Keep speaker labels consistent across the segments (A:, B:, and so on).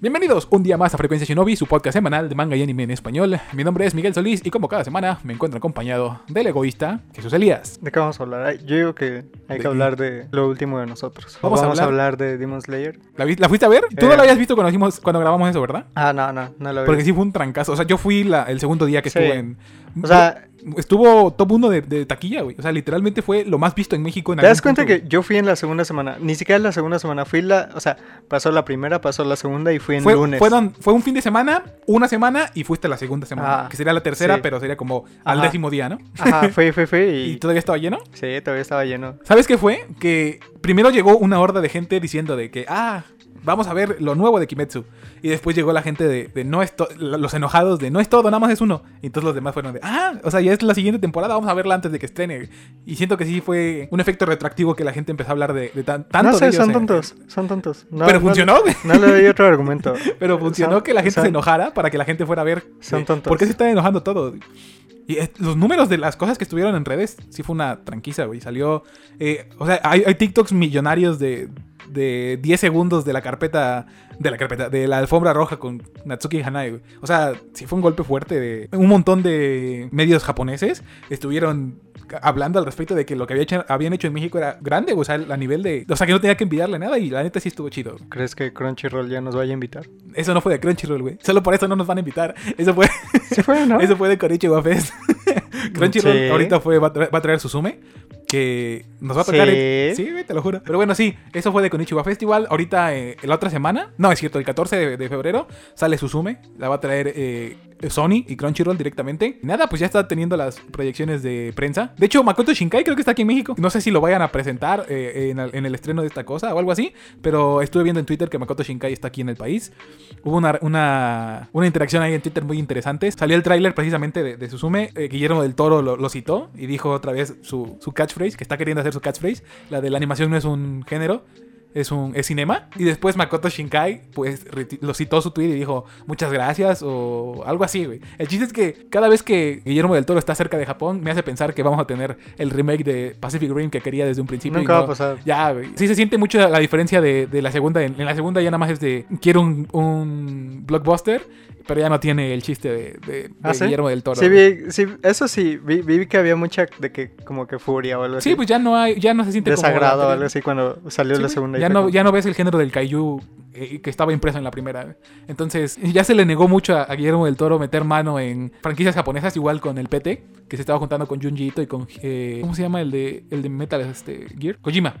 A: Bienvenidos un día más a Frecuencia Shinobi, su podcast semanal de manga y anime en español. Mi nombre es Miguel Solís y como cada semana me encuentro acompañado del egoísta Jesús Elías.
B: ¿De qué vamos a hablar? Ay, Yo digo que hay
A: ¿De
B: que
A: qué?
B: hablar de lo último de nosotros.
A: Vamos
B: Vamos,
A: a
B: a,
A: hablar-
B: hablar... de Demon Slayer.
A: ¿La, vi- la fuiste a ver? Tú no
B: Eh.
A: la habías visto cuando, hicimos- cuando grabamos eso, ¿verdad?
B: Ah, no, no, no lo vi.
A: Porque sí fue un trancazo. O sea, yo fui la- el segundo día que
B: Sí.
A: estuve en...
B: o sea,
A: Estuvo top 1 de, de taquilla, güey. O sea, literalmente fue lo más visto en México en
B: ¿te das
A: algún
B: cuenta
A: punto,
B: que yo fui en la segunda semana? Ni siquiera en la segunda semana. Fui la. O sea, pasó la primera, pasó la segunda y fui en
A: fue,
B: lunes.
A: fueron- fue un fin de semana, una semana y fuiste la segunda semana.
B: Ah,
A: que sería la tercera,
B: sí.
A: pero sería como al
B: Ajá.
A: décimo día, ¿no?
B: Ajá, fui, fui, fui. Y...
A: ¿Y todavía estaba lleno?
B: Sí, todavía estaba lleno.
A: ¿Sabes qué fue? Que primero llegó una horda de gente diciendo de que, ah, vamos a ver lo nuevo de Kimetsu. Y después llegó la gente de, de no es to- los enojados de no es todo, nada más es uno. Y entonces los demás fueron de, ah, o sea, ya es la siguiente temporada, vamos a verla antes de que estrene. Y siento que sí fue un efecto retroactivo que la gente empezó a hablar de, de tan, tanto.
B: no
A: de
B: sé,
A: ellos
B: son
A: en-
B: tontos. Son tontos. No,
A: Pero
B: no-
A: funcionó, güey.
B: No le doy otro argumento.
A: Pero funcionó
B: Son-
A: que la gente
B: son-
A: se enojara para que la gente fuera a ver.
B: Son
A: eh,
B: tontos.
A: ¿Por qué se están enojando todos? Y eh, los números de las cosas que estuvieron en redes sí fue una tranquiza, güey. Salió. eh, o sea, hay, hay TikToks millonarios de, de 10 segundos de la carpeta. De la carpeta. De la alfombra roja con Natsuki Hanae, güey. O sea, sí fue un golpe fuerte de. Un montón de medios japoneses estuvieron hablando al respecto de que lo que había hecho- habían hecho en México era grande, güey. O sea, a nivel de. O sea, que no tenía que envidiarle nada y la neta sí estuvo chido.
B: ¿Crees que Crunchyroll ya nos vaya a invitar?
A: Eso no fue de Crunchyroll, güey. Solo por eso no nos van a invitar. Eso fue,
B: Sí fue, ¿no?
A: eso fue de Konichiwa Fest. Crunchyroll
B: Sí.
A: ahorita fue, va, a traer, va a traer Suzume. Que nos va a tocar.
B: Sí.
A: el- Sí, güey, te lo juro. Pero bueno, sí, eso fue de Konichiwa Festival. Ahorita, eh, la otra semana, no, es cierto, el 14 de, de febrero sale Suzume. La va a traer eh, Sony y Crunchyroll directamente. Y Nada, pues ya está teniendo las proyecciones de prensa. De hecho, Makoto Shinkai creo que está aquí en México. No sé si lo vayan a presentar eh, en, el- en el estreno de esta cosa o algo así. Pero estuve viendo en Twitter que Makoto Shinkai está aquí en el país. Hubo una, una, una interacción ahí en Twitter muy interesante. Salió el tráiler precisamente de, de Suzume. Eh, Guillermo del Toro lo, lo citó y dijo otra vez su, su catchphrase, que está queriendo hacer su catchphrase. La de la animación no es un género, es un es cinema. Y después Makoto Shinkai pues reti- lo citó su tweet y dijo muchas gracias o algo así, güey. El chiste es que cada vez que Guillermo del Toro está cerca de Japón me hace pensar que vamos a tener el remake de Pacific Rim que quería desde un principio. y
B: Nunca va a
A: no-
B: pasar.
A: ya, güey. Sí se siente mucho la diferencia de, de la segunda. En en la segunda ya nada más es de quiero un, un blockbuster, pero ya no tiene el chiste de, de- de
B: ¿Ah, sí?
A: Guillermo del Toro.
B: Sí,
A: güey.
B: vi, sí, eso sí, vi, vi que había mucha de que como que furia o algo así.
A: Sí, pues ya no hay, ya no se siente como
B: desagrado
A: la
B: o
A: anterior.
B: algo así cuando salió
A: Sí,
B: la
A: güey.
B: segunda. y
A: ya,
B: fue
A: no,
B: como-
A: ya no ves el género del kaiju eh, que estaba impreso en la primera. güey. Entonces, ya se le negó mucho a, a Guillermo del Toro meter mano en franquicias japonesas, igual con el PT, que se estaba juntando con Junji Ito y con... eh, ¿Cómo se llama el de, el de Metal este, Gear? Kojima.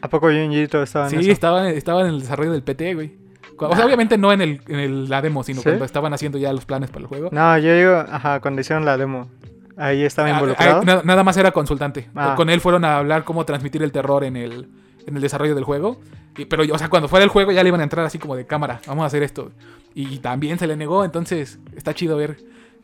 B: ¿A poco Junji Ito estaba en
A: Sí,
B: eso?
A: estaban, estaban en el desarrollo del PT, güey. Cu- O sea, obviamente no en, el, en el- la demo, sino
B: ¿Sí?
A: cuando estaban haciendo ya los planes para el juego.
B: No, yo digo, ajá, cuando hicieron la demo, ahí estaba
A: Ah,
B: involucrado.
A: ah, na- nada más era consultante. Eh,
B: Ah.
A: Con él fueron a hablar cómo transmitir el terror en el, en el desarrollo del juego. Y- pero, o sea, cuando fuera el juego ya le iban a entrar así como de cámara, vamos a hacer esto. Y también se le negó, entonces está chido ver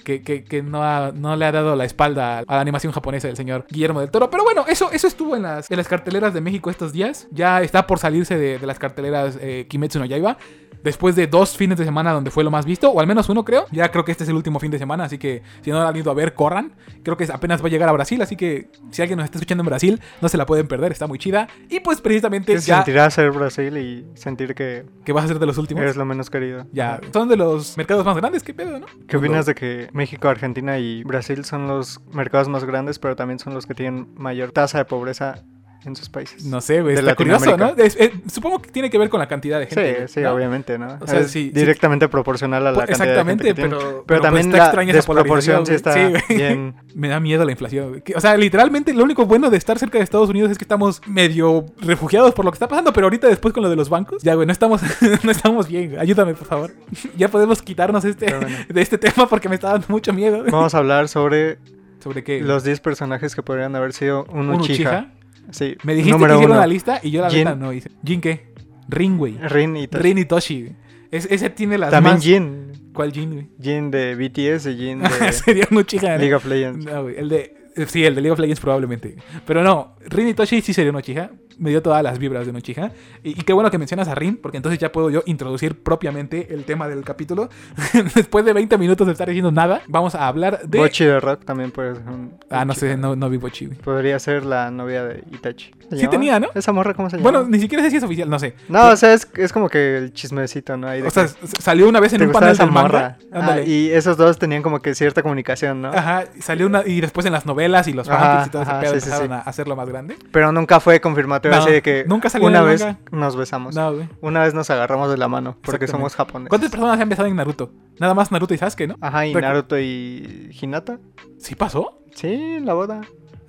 A: que, que- que no, ha- no le ha dado la espalda a la animación japonesa del señor Guillermo del Toro. Pero bueno, eso, eso estuvo en las, en las carteleras de México estos días. Ya está por salirse de, de las carteleras eh, Kimetsu no Yaiba. Después de dos fines de semana donde fue lo más visto, o al menos uno creo. Ya creo que este es el último fin de semana, así que si no lo han ido a ver, corran. Creo que apenas va a llegar a Brasil, así que si alguien nos está escuchando en Brasil, no se la pueden perder, está muy chida. Y pues precisamente
B: ¿Qué se
A: ya
B: sentirá ser Brasil y sentir que
A: que vas a ser de los últimos.
B: eres lo menos querido?
A: Ya,
B: Ajá.
A: son de los mercados más grandes, qué pedo, ¿no?
B: ¿Qué opinas de que México, Argentina y Brasil son los mercados más grandes, pero también son los que tienen mayor tasa de pobreza en sus países?
A: No sé, güey,
B: de
A: está curioso, ¿no?
B: Latinoamérica?
A: Es- eh, supongo que tiene que ver con la cantidad de
B: Sí,
A: gente. güey,
B: sí,
A: ¿no?
B: obviamente, ¿no?
A: O sea,
B: es
A: sí, sí.
B: directamente proporcional a la
A: Pues,
B: cantidad de gente
A: exactamente,
B: que tiene.
A: pero-
B: pero,
A: pero, pues,
B: también
A: está
B: la
A: extraña esa
B: desproporción sí está
A: polarización, güey. Sí, güey.
B: bien
A: Me da miedo la inflación. güey. Que- O sea, literalmente lo único bueno de estar cerca de Estados Unidos es que estamos medio refugiados por lo que está pasando, pero ahorita después con lo de los bancos, ya, güey, no estamos, no estamos bien. güey. Ayúdame, por favor. ya podemos quitarnos este,
B: Pero bueno.
A: de este tema porque me está dando mucho miedo. güey.
B: Vamos a hablar sobre
A: ¿Sobre qué?
B: los 10 personajes que podrían haber sido un
A: ¿Un
B: Uchiha.
A: Uchiha?
B: Sí,
A: Me dijiste
B: número
A: que hicieron
B: uno.
A: la lista y yo la
B: Jin.
A: neta no hice. ¿Jin qué? Rin, güey.
B: Rin y Toshi.
A: Rin y Toshi. güey. Es- ese tiene las
B: También
A: más...
B: Jin.
A: ¿Cuál Jin, güey?
B: Jin de BTS y Jin de
A: Sería un Uchiha. ¿no?
B: League of Legends.
A: eh, No, güey, el de... Sí, el de League of Legends probablemente. Pero no, Rin y Toshi sí sería un Uchiha. me dio todas las vibras de Unochija. Y, y qué bueno que mencionas a Rin, porque entonces ya puedo yo introducir propiamente el tema del capítulo. Después de 20 minutos de estar diciendo nada, vamos a hablar de.
B: Bochi de Rock también puede ser un.
A: Ah, no
B: Bochi.
A: sé, no, no vi Bochi, güey.
B: Podría ser la novia de Itachi. ¿Se
A: Sí
B: llamaba?
A: tenía, ¿no?
B: ¿Esa morra cómo se llama?
A: Bueno, ni siquiera sé si es oficial, no sé.
B: no, o sea, es, es como que el chismecito, ¿no? Ahí de
A: O sea,
B: que
A: s- salió una vez en
B: te
A: un
B: gustaba
A: panel
B: esa
A: del manga.
B: morra.
A: Ándale.
B: Ah, y esos dos tenían como que cierta comunicación, ¿no?
A: Ajá, salió una. Y después en las novelas y los
B: Ajá,
A: fanfics y todo ese
B: ajá,
A: pedo
B: sí, sí,
A: empezaron
B: sí.
A: a hacerlo más grande.
B: Pero nunca fue confirmatorio
A: No,
B: así de que
A: nunca salió
B: una
A: en el
B: vez
A: manga.
B: nos besamos.
A: No, güey.
B: Una vez nos agarramos de la mano porque
A: Exactamente.
B: somos japoneses.
A: ¿Cuántas personas han besado en Naruto? Nada más Naruto y Sasuke, ¿no?
B: Ajá, y
A: Recu-
B: Naruto y Hinata.
A: ¿Sí pasó?
B: Sí, la boda.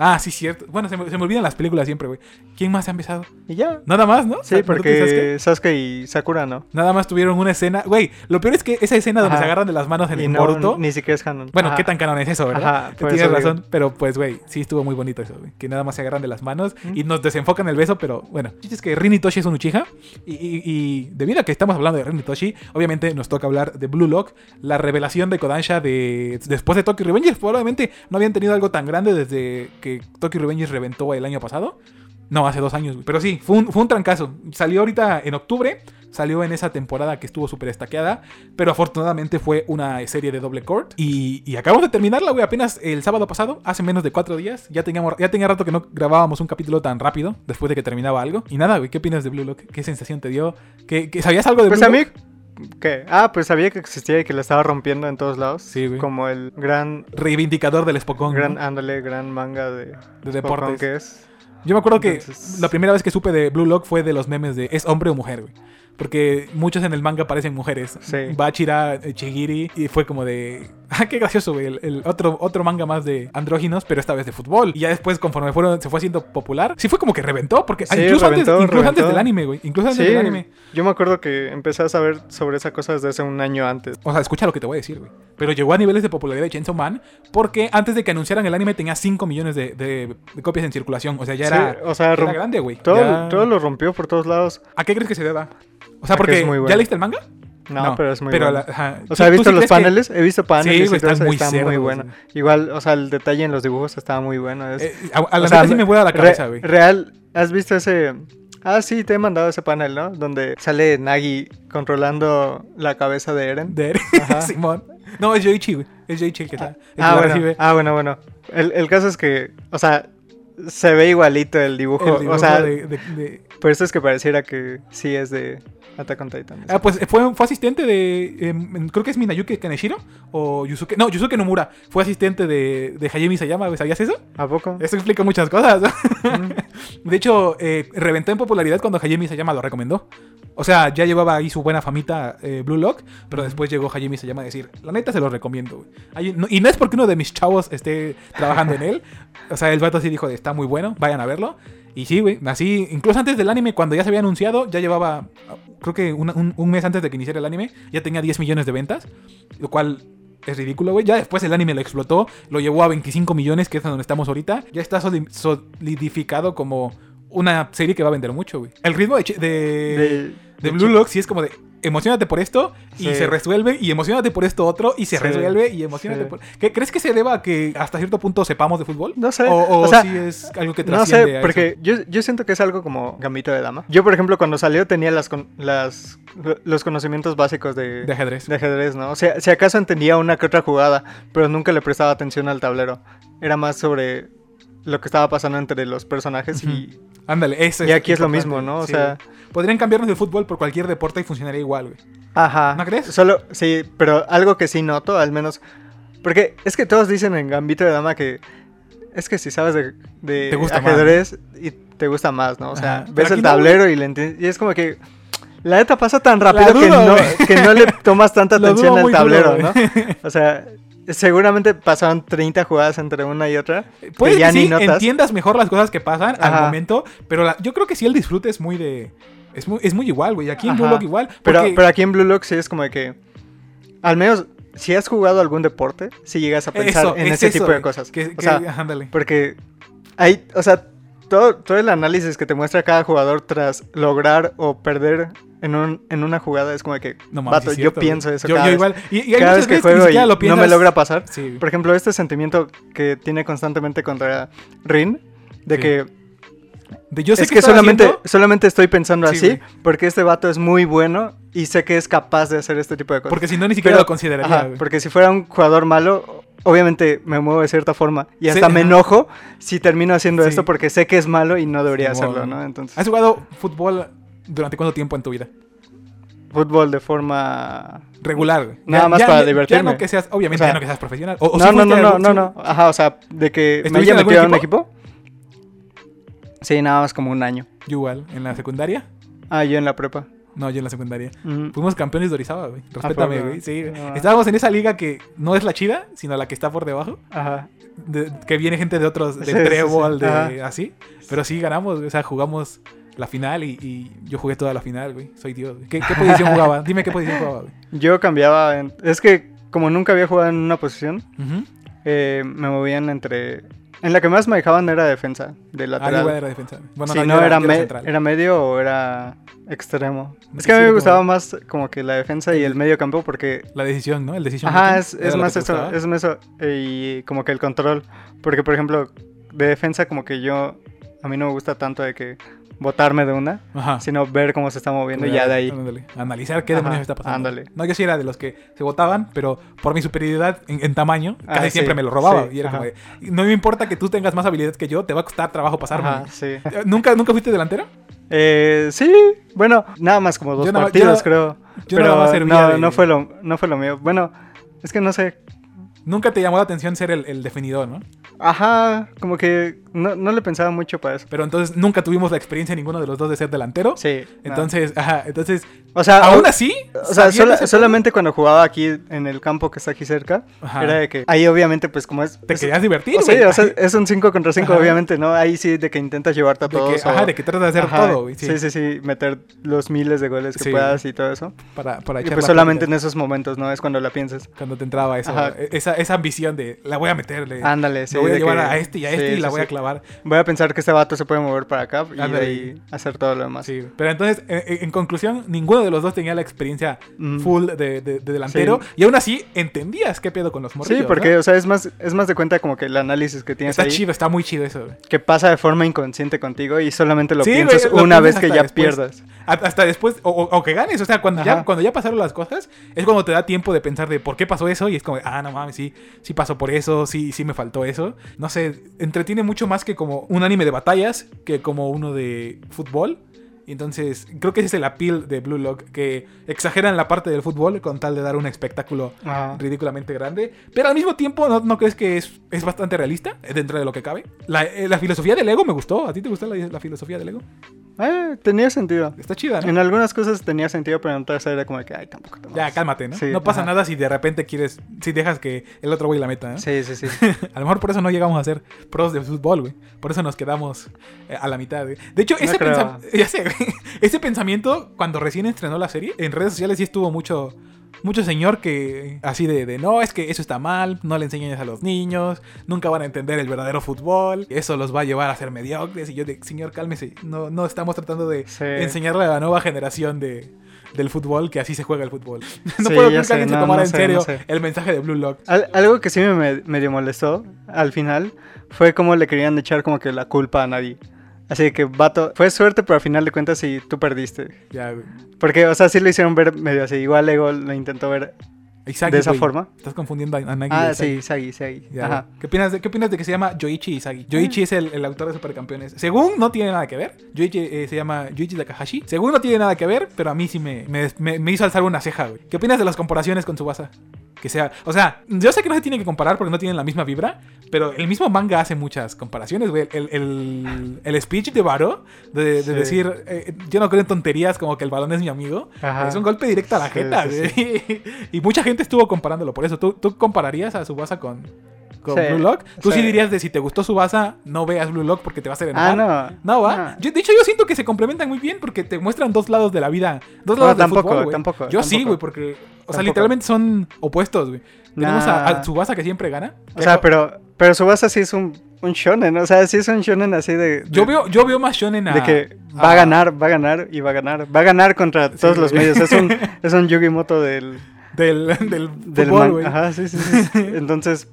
A: Ah, sí, cierto. Bueno, se me, se me olvidan las películas siempre, güey. ¿Quién más se han besado?
B: Y ya.
A: Nada más, ¿no?
B: Sí,
A: Sa- ¿no te fijas que
B: porque Sasuke y Sakura no.
A: Nada más tuvieron una escena. Güey, lo peor es que esa escena donde
B: Ajá.
A: se agarran de las manos en
B: Y
A: el
B: no,
A: Boruto.
B: ni siquiera es canon.
A: Bueno,
B: Ajá.
A: ¿qué tan canon es eso, verdad?
B: Ajá, por
A: Tienes
B: eso digo.
A: razón, pero pues, güey, sí estuvo muy bonito eso, güey. Que nada más se agarran de las manos y nos desenfocan el beso, pero bueno. El chiste es que Rin y Toshi es un Uchiha. Y, y- y debido a que estamos hablando de Rin y Toshi, obviamente nos toca hablar de Blue Lock, la revelación de Kodansha de, después de Tokyo Revengers. Probablemente no habían tenido algo tan grande desde que Tokyo Revengers reventó el año pasado. No, hace dos años, güey. Pero sí, fue un, fue un trancazo. Salió ahorita en octubre. Salió en esa temporada que estuvo súper estaqueada. Pero afortunadamente fue una serie de doble court. Y, y acabamos de terminarla, güey. Apenas el sábado pasado, hace menos de cuatro días. Ya, teníamos, ya tenía rato que no grabábamos un capítulo tan rápido después de que terminaba algo. Y nada, güey. ¿Qué opinas de Blue Lock? ¿Qué sensación te dio? ¿Qué, qué- sabías algo de
B: Pues
A: Blue
B: a mí.
A: Lock?
B: ¿Qué? Ah, pues sabía que existía y que la estaba rompiendo en todos lados.
A: Sí, güey.
B: Como el gran.
A: Reivindicador del Spokon.
B: Gran,
A: ¿no?
B: ándale, gran manga de,
A: De
B: Spokon
A: deportes.
B: que es.
A: Yo me acuerdo que
B: Entonces-
A: la primera vez que supe de Blue Lock fue de los memes de ¿es hombre o mujer? güey. Porque muchos en el manga parecen mujeres.
B: Sí.
A: Bachira, eh, Chigiri, y fue como de. ¡Ah, qué gracioso, güey! El, el otro, otro manga más de andróginos, pero esta vez de fútbol. Y ya después, conforme fueron, se fue haciendo popular, sí fue como que reventó, porque ah,
B: Sí,
A: incluso,
B: reventó,
A: antes, incluso antes
B: reventó.
A: del anime, güey. Incluso Pues antes
B: Sí,
A: del anime.
B: yo me acuerdo que empecé a saber sobre esa cosa desde hace un año antes.
A: O sea, escucha lo que te voy a decir, güey. Pero llegó a niveles de popularidad de Chainsaw Man, porque antes de que anunciaran el anime tenía 5 millones de, de- de copias en circulación. O sea, ya
B: Sí,
A: era,
B: o sea,
A: ya era
B: rom-
A: grande, güey.
B: Todo,
A: Ya-
B: todo lo rompió por todos lados.
A: ¿A qué crees que se deba? O sea,
B: A que
A: porque
B: es muy bueno.
A: ¿ya leíste el manga?
B: No, pero es muy
A: pero
B: bueno.
A: la- ajá.
B: O sea, he
A: ¿Tú- tú
B: visto
A: sí
B: los
A: crees que-
B: paneles, he visto
A: Sí,
B: paneles
A: güey,
B: y todo
A: están
B: eso,
A: muy
B: está muy
A: cerdos,
B: bueno.
A: güey.
B: Igual, o sea, el detalle en los dibujos estaba muy bueno. es-
A: eh, a, a la
B: o
A: neta
B: sea,
A: sí me vuela la
B: re-
A: cabeza, güey.
B: Real, ¿has visto ese? Ah, sí, te he mandado ese panel, ¿no? Donde sale Nagi controlando la cabeza de Eren.
A: De
B: Ajá.
A: Simón. No, es Yoichi, güey. Es Yoichi el que está. el que
B: ah,
A: la
B: bueno,
A: recibe.
B: ah, bueno, bueno. El, el caso es que, o sea, se ve igualito el dibujo.
A: El dibujo
B: o sea,
A: de- de- de-
B: por eso es que pareciera que sí es de Attack on Titan.
A: Ah, pues fue, fue asistente de. em, creo que es Minayuki Kaneshiro. O Yusuke. No, Yusuke Nomura. Fue asistente de, de Hayami Sayama, güey. ¿Sabías eso?
B: ¿A poco?
A: Eso explica muchas cosas. ¿no?
B: Mm.
A: De hecho, eh, reventó en popularidad cuando Hayemi Sayama lo recomendó. O sea, ya llevaba ahí su buena famita eh, Blue Lock, pero después llegó Hayemi Sayama a decir, la neta se lo recomiendo, güey. Hay- no- y no es porque uno de mis chavos esté trabajando en él. O sea, el vato sí dijo, de, está muy bueno, vayan a verlo. Y sí, güey, así, incluso antes del anime, cuando ya se había anunciado, ya llevaba, creo que una- un, un mes antes de que iniciara el anime, ya tenía 10 millones de ventas, lo cual es ridículo, güey. Ya después el anime lo explotó, lo llevó a 25 millones, que es donde estamos ahorita. Ya está soli- solidificado como una serie que va a vender mucho, güey. El ritmo de, Ch- de, eh, de,
B: de
A: Blue
B: Chi-
A: Lock sí es como de emocionate por esto y
B: Sí.
A: se resuelve, y emocionate por esto otro y se
B: Sí.
A: resuelve, y emocionate
B: Sí.
A: por. ¿Qué, ¿Crees que se deba a que hasta cierto punto sepamos de fútbol?
B: No sé.
A: O, o
B: o sea,
A: si es algo que
B: No
A: trasciende. a
B: sé,
A: eso?
B: porque yo, yo siento que es algo como gambito de dama. Yo, por ejemplo, cuando salió tenía las, con- las los conocimientos básicos de,
A: De ajedrez.
B: de ajedrez, ¿no? O sea, si acaso entendía una que otra jugada, pero nunca le prestaba atención al tablero. Era más sobre lo que estaba pasando entre los personajes y,
A: Ándale, eso
B: y aquí es lo
A: importante,
B: mismo, ¿no? O
A: sí.
B: sea,
A: Podrían cambiarnos el fútbol por cualquier deporte y funcionaría igual, güey. Eh,
B: ajá.
A: ¿No crees?
B: Solo, sí, pero algo que sí noto, al menos, porque es que todos dicen en gambito de dama que es que si sabes de, de
A: Te gusta más.
B: ajedrez y te gusta más, ¿no? O sea,
A: Ajá. Pero
B: ves
A: aquí
B: el
A: no,
B: tablero y le entiendes y es como que la neta pasa tan rápido que,
A: dudo,
B: no,
A: güey.
B: que no le tomas tanta
A: Lo dudo
B: atención
A: muy
B: al
A: duro,
B: tablero,
A: güey.
B: ¿no? O sea, seguramente pasaron 30 jugadas entre una y otra.
A: Puede que,
B: ya ni
A: sí
B: notas.
A: entiendas mejor las cosas que pasan al
B: Ajá.
A: momento, pero la- yo creo que sí el disfrute es muy de... Es muy, es muy igual, güey. Aquí en Blue
B: Ajá.
A: Lock igual.
B: Pero,
A: porque-
B: pero aquí en Blue Lock sí es como de que. Al menos, si has jugado algún deporte, si llegas a pensar
A: eso,
B: en
A: es
B: ese
A: eso,
B: tipo
A: güey,
B: de cosas.
A: Que,
B: o
A: que-
B: sea,
A: ándale.
B: porque hay. O sea, todo, todo el análisis que te muestra cada jugador tras lograr o perder en, un, en una jugada es como de que.
A: No mames, sí
B: vato,
A: es
B: yo
A: cierto,
B: pienso
A: güey.
B: eso.
A: Yo,
B: cada
A: yo
B: vez.
A: igual. Y, y hay
B: Cada
A: muchas
B: vez
A: veces
B: que
A: que ni
B: juego y
A: siquiera lo
B: no
A: piensas.
B: me logra pasar.
A: Sí.
B: Por ejemplo, este sentimiento que tiene constantemente contra Rin, de
A: Sí.
B: que
A: De yo sé
B: es
A: qué
B: que
A: estaba
B: solamente,
A: haciendo,
B: solamente estoy pensando
A: Sí,
B: así
A: güey.
B: porque este vato es muy bueno y sé que es capaz de hacer este tipo de cosas.
A: porque si no, ni siquiera
B: Pero-
A: lo consideraría.
B: Ajá,
A: güey.
B: porque si fuera un jugador malo, obviamente me muevo de cierta forma y
A: Sí,
B: hasta me
A: ajá.
B: enojo si termino haciendo
A: Sí.
B: esto porque sé que es malo y no debería
A: Sí,
B: hacerlo,
A: bueno.
B: ¿no? Entonces,
A: ¿Has jugado fútbol durante cuánto tiempo en tu vida?
B: fútbol de forma...
A: Regular. güey.
B: Nada más para divertirme.
A: Ya no que seas, obviamente,
B: O sea,
A: ya no que seas profesional. O, o
B: no,
A: sí
B: no,
A: fuiste
B: no,
A: algún-
B: no, no,
A: sí-
B: no. Ajá, o sea, de que me
A: ¿Estuviste
B: haya
A: en
B: metido a
A: algún
B: un equipo. Sí, nada más como un año.
A: Yo igual, en la secundaria.
B: Ah, yo en la prepa.
A: No, yo en la secundaria.
B: Mm.
A: Fuimos campeones de Orizaba, güey.
B: Ah,
A: Respétame,
B: poco?
A: güey. Sí. güey.
B: No.
A: Estábamos en esa liga que no es la chida, sino la que está por debajo.
B: Ajá.
A: de- que viene gente de otros, de
B: Sí, sí, sí.
A: Trébol, de
B: Ajá.
A: así. Pero sí ganamos, güey. o sea, jugamos la final y, y yo jugué toda la final, güey. Soy Dios. güey. ¿Qué, qué posición jugaba? Dime qué posición jugaba, güey.
B: Yo cambiaba. en- Es que como nunca había jugado en una posición,
A: Ujú.
B: eh, me movían entre. En la que más me dejaban era defensa, de
A: Ah, yo
B: lateral.
A: igual era defensa. Bueno,
B: si
A: yo
B: no, era,
A: yo
B: me-
A: central.
B: era medio o era extremo. Es
A: Sí,
B: que a mí me
A: como-
B: gustaba más como que la defensa y el medio campo porque...
A: La decisión, ¿no? El decisión.
B: Ajá,
A: making
B: es,
A: era
B: es
A: lo
B: más
A: que te
B: eso,
A: gustaba.
B: es más eso. Y como que el control. Porque, por ejemplo, de defensa como que yo... A mí no me gusta tanto de que botarme de una,
A: Ajá.
B: sino ver cómo se está moviendo y ya de ahí.
A: Ándale. Analizar qué
B: Ajá,
A: demonios está pasando.
B: ándale.
A: No, yo sí era de los que se votaban, pero por mi superioridad en, en tamaño,
B: Ah,
A: casi
B: sí,
A: siempre me lo robaba.
B: sí,
A: y era como
B: ajá.
A: de, no me importa que tú tengas más habilidad que yo, te va a costar trabajo pasarme.
B: Ajá, sí.
A: Eh, ¿Nunca, ¿Nunca fuiste delantero?
B: Eh, sí, bueno, nada más como dos
A: Yo nada- yo
B: partidos
A: nada-
B: creo.
A: yo
B: pero
A: nada más servía
B: no,
A: de-
B: no, fue lo, no fue lo mío. Bueno, es que no sé,
A: Nunca te llamó la atención ser el, el definidor, ¿no?
B: Ajá, como que no, no le pensaba mucho para eso.
A: Pero entonces nunca tuvimos la experiencia ninguno de los dos de ser delantero.
B: Sí. no.
A: Entonces, ajá, entonces,
B: o sea,
A: aún
B: o-
A: así.
B: o sea,
A: sabiendo
B: sola-
A: ese-
B: solamente cuando jugaba aquí en el campo que está aquí cerca,
A: Ajá.
B: era de que ahí obviamente pues como es
A: Te
B: es-
A: querías divertir,
B: o sea,
A: güey.
B: o sea, es un 5 contra 5
A: Ajá.
B: obviamente, ¿no? Ahí sí de que intentas llevarte a
A: de que,
B: todos o-
A: ajá, de que tratas de hacer
B: ajá,
A: todo, güey. Sí,
B: sí, sí, sí, meter los miles de goles que
A: Sí.
B: puedas y todo eso.
A: Para, para
B: Y
A: echar
B: pues
A: la
B: solamente en
A: plática.
B: esos momentos, ¿no? Es cuando la piensas.
A: Cuando te entraba eso,
B: Ajá.
A: e- esa, esa ambición de la voy a meterle.
B: Ándale, sí.
A: lo voy a
B: de
A: llevar
B: que-
A: a este y a
B: sí,
A: este y
B: sí,
A: la voy a
B: sí.
A: clavar.
B: Voy a pensar que este vato se puede mover para acá y de
A: Ándale.
B: ahí hacer todo lo demás.
A: Sí. Pero entonces, e- e- en, conclusión, ninguno de los dos tenía la experiencia
B: Mm.
A: full de, de- de delantero. Y aún así, entendías qué pedo con los morrillos.
B: Sí,
A: ¿no?
B: porque, o sea, es más, es más de cuenta como que el análisis que tienes
A: Está
B: ahí,
A: chido, está muy chido eso. güey.
B: que pasa de forma inconsciente contigo y solamente lo
A: Sí, güey,
B: piensas
A: lo
B: una
A: piensas
B: vez que
A: hasta
B: ya
A: después.
B: pierdas.
A: A- Hasta después, o, o- o que ganes, o sea, cuando ya,
B: Ajá.
A: cuando ya pasaron las cosas, es cuando te da tiempo de pensar de por qué pasó eso y es como, ah, no mames, sí, sí pasó por eso, sí, sí me faltó eso. No sé, entretiene mucho más que como un anime de batallas que como uno de fútbol. Y Entonces, creo que ese es el appeal de Blue Lock, que exageran la parte del fútbol con tal de dar un espectáculo
B: Ajá.
A: ridículamente grande. Pero al mismo tiempo, ¿no, no crees que es, es bastante realista eh, dentro de lo que cabe? La, eh, la filosofía del ego me gustó. ¿A ti te gusta la, la filosofía del ego?
B: Eh, tenía sentido.
A: Está chida, ¿no?
B: En algunas cosas tenía sentido, pero en otras era como que, ay, tampoco. tampoco.
A: Ya, cálmate, ¿no?
B: Sí,
A: no pasa
B: ajá.
A: nada si de repente quieres, si dejas que el otro güey la meta, ¿no?
B: Sí, sí, sí.
A: A lo mejor por eso no llegamos a ser pros de fútbol, güey. Por eso nos quedamos eh, a la mitad, güey. De hecho,
B: No
A: ese,
B: creo.
A: pensam- ya sé, güey. ese pensamiento, cuando recién estrenó la serie, en redes sociales sí estuvo mucho, mucho señor que así de, de, no, es que eso está mal, no le enseñes a los niños, nunca van a entender el verdadero fútbol, eso los va a llevar a ser mediocres. Y yo de, señor, cálmese, no, no estamos tratando de
B: Sí.
A: enseñarle a la nueva generación de... Del fútbol, que así se juega el fútbol. No
B: Sí,
A: puedo creer
B: ya
A: que
B: sé,
A: alguien se
B: no,
A: tomara
B: no
A: en
B: sé,
A: serio
B: no sé.
A: el mensaje de Blue Lock.
B: Al- algo que sí me- me medio molestó al final fue como le querían echar como que la culpa a nadie. Así que, vato, fue suerte, pero al final de cuentas sí, tú perdiste.
A: Ya, güey.
B: Porque, o sea, sí lo hicieron ver medio así. Igual Ego lo intentó ver.
A: Isagi,
B: ¿De esa
A: güey.
B: forma?
A: Estás confundiendo a, a Nagi. y
B: Ah,
A: a Isagi.
B: sí, Sagi, Sagi.
A: Ya,
B: Ajá. Mm.
A: güey. ¿Qué opinas, de, ¿Qué opinas de que se llama Yoichi Isagi? Yoichi es el, el autor de Supercampeones. Según no tiene nada que ver. Yoichi eh, se llama Yoichi Takahashi. Según no tiene nada que ver, pero a mí sí me, me, me- me hizo alzar una ceja, güey. ¿Qué opinas de las comparaciones con Tsubasa? Que sea, o sea, yo sé que no se tienen que comparar porque no tienen la misma vibra, pero el mismo manga hace muchas comparaciones, güey. El, el- el speech de Baro, de, de
B: Sí.
A: decir, eh, yo no creo en tonterías como que el balón es mi amigo,
B: Ajá.
A: es un golpe directo a la
B: Sí,
A: jeta,
B: sí,
A: güey. y mucha gente estuvo comparándolo por eso. ¿Tú, tú compararías a Subasa con, con
B: Sí,
A: Blue Lock? Tú sí.
B: sí.
A: dirías de si te gustó Subasa, no veas Blue Lock porque te va a hacer
B: Ah,
A: enojar.
B: no.
A: No, va.
B: No.
A: Yo- de hecho, yo siento que se complementan muy bien porque te muestran dos lados de la vida. Dos
B: No,
A: lados del
B: tampoco,
A: fútbol, güey.
B: tampoco,
A: Yo sí,
B: tampoco.
A: güey, porque. O sea,
B: Tampoco.
A: literalmente son opuestos, güey. Tenemos a,
B: Nah.
A: a Tsubasa que siempre gana.
B: O sea, pero, pero Subasa sí es un, un shonen, o sea, sí es un shonen así de... de-
A: Yo veo, yo veo más shonen a...
B: De que va a
A: a-
B: ganar, va a ganar y va a ganar. Va a ganar contra todos los
A: güey.
B: medios. Es un, es un Yugimoto del...
A: Del, del
B: del
A: fútbol,
B: man-
A: güey.
B: Ajá, sí, sí, sí. Entonces,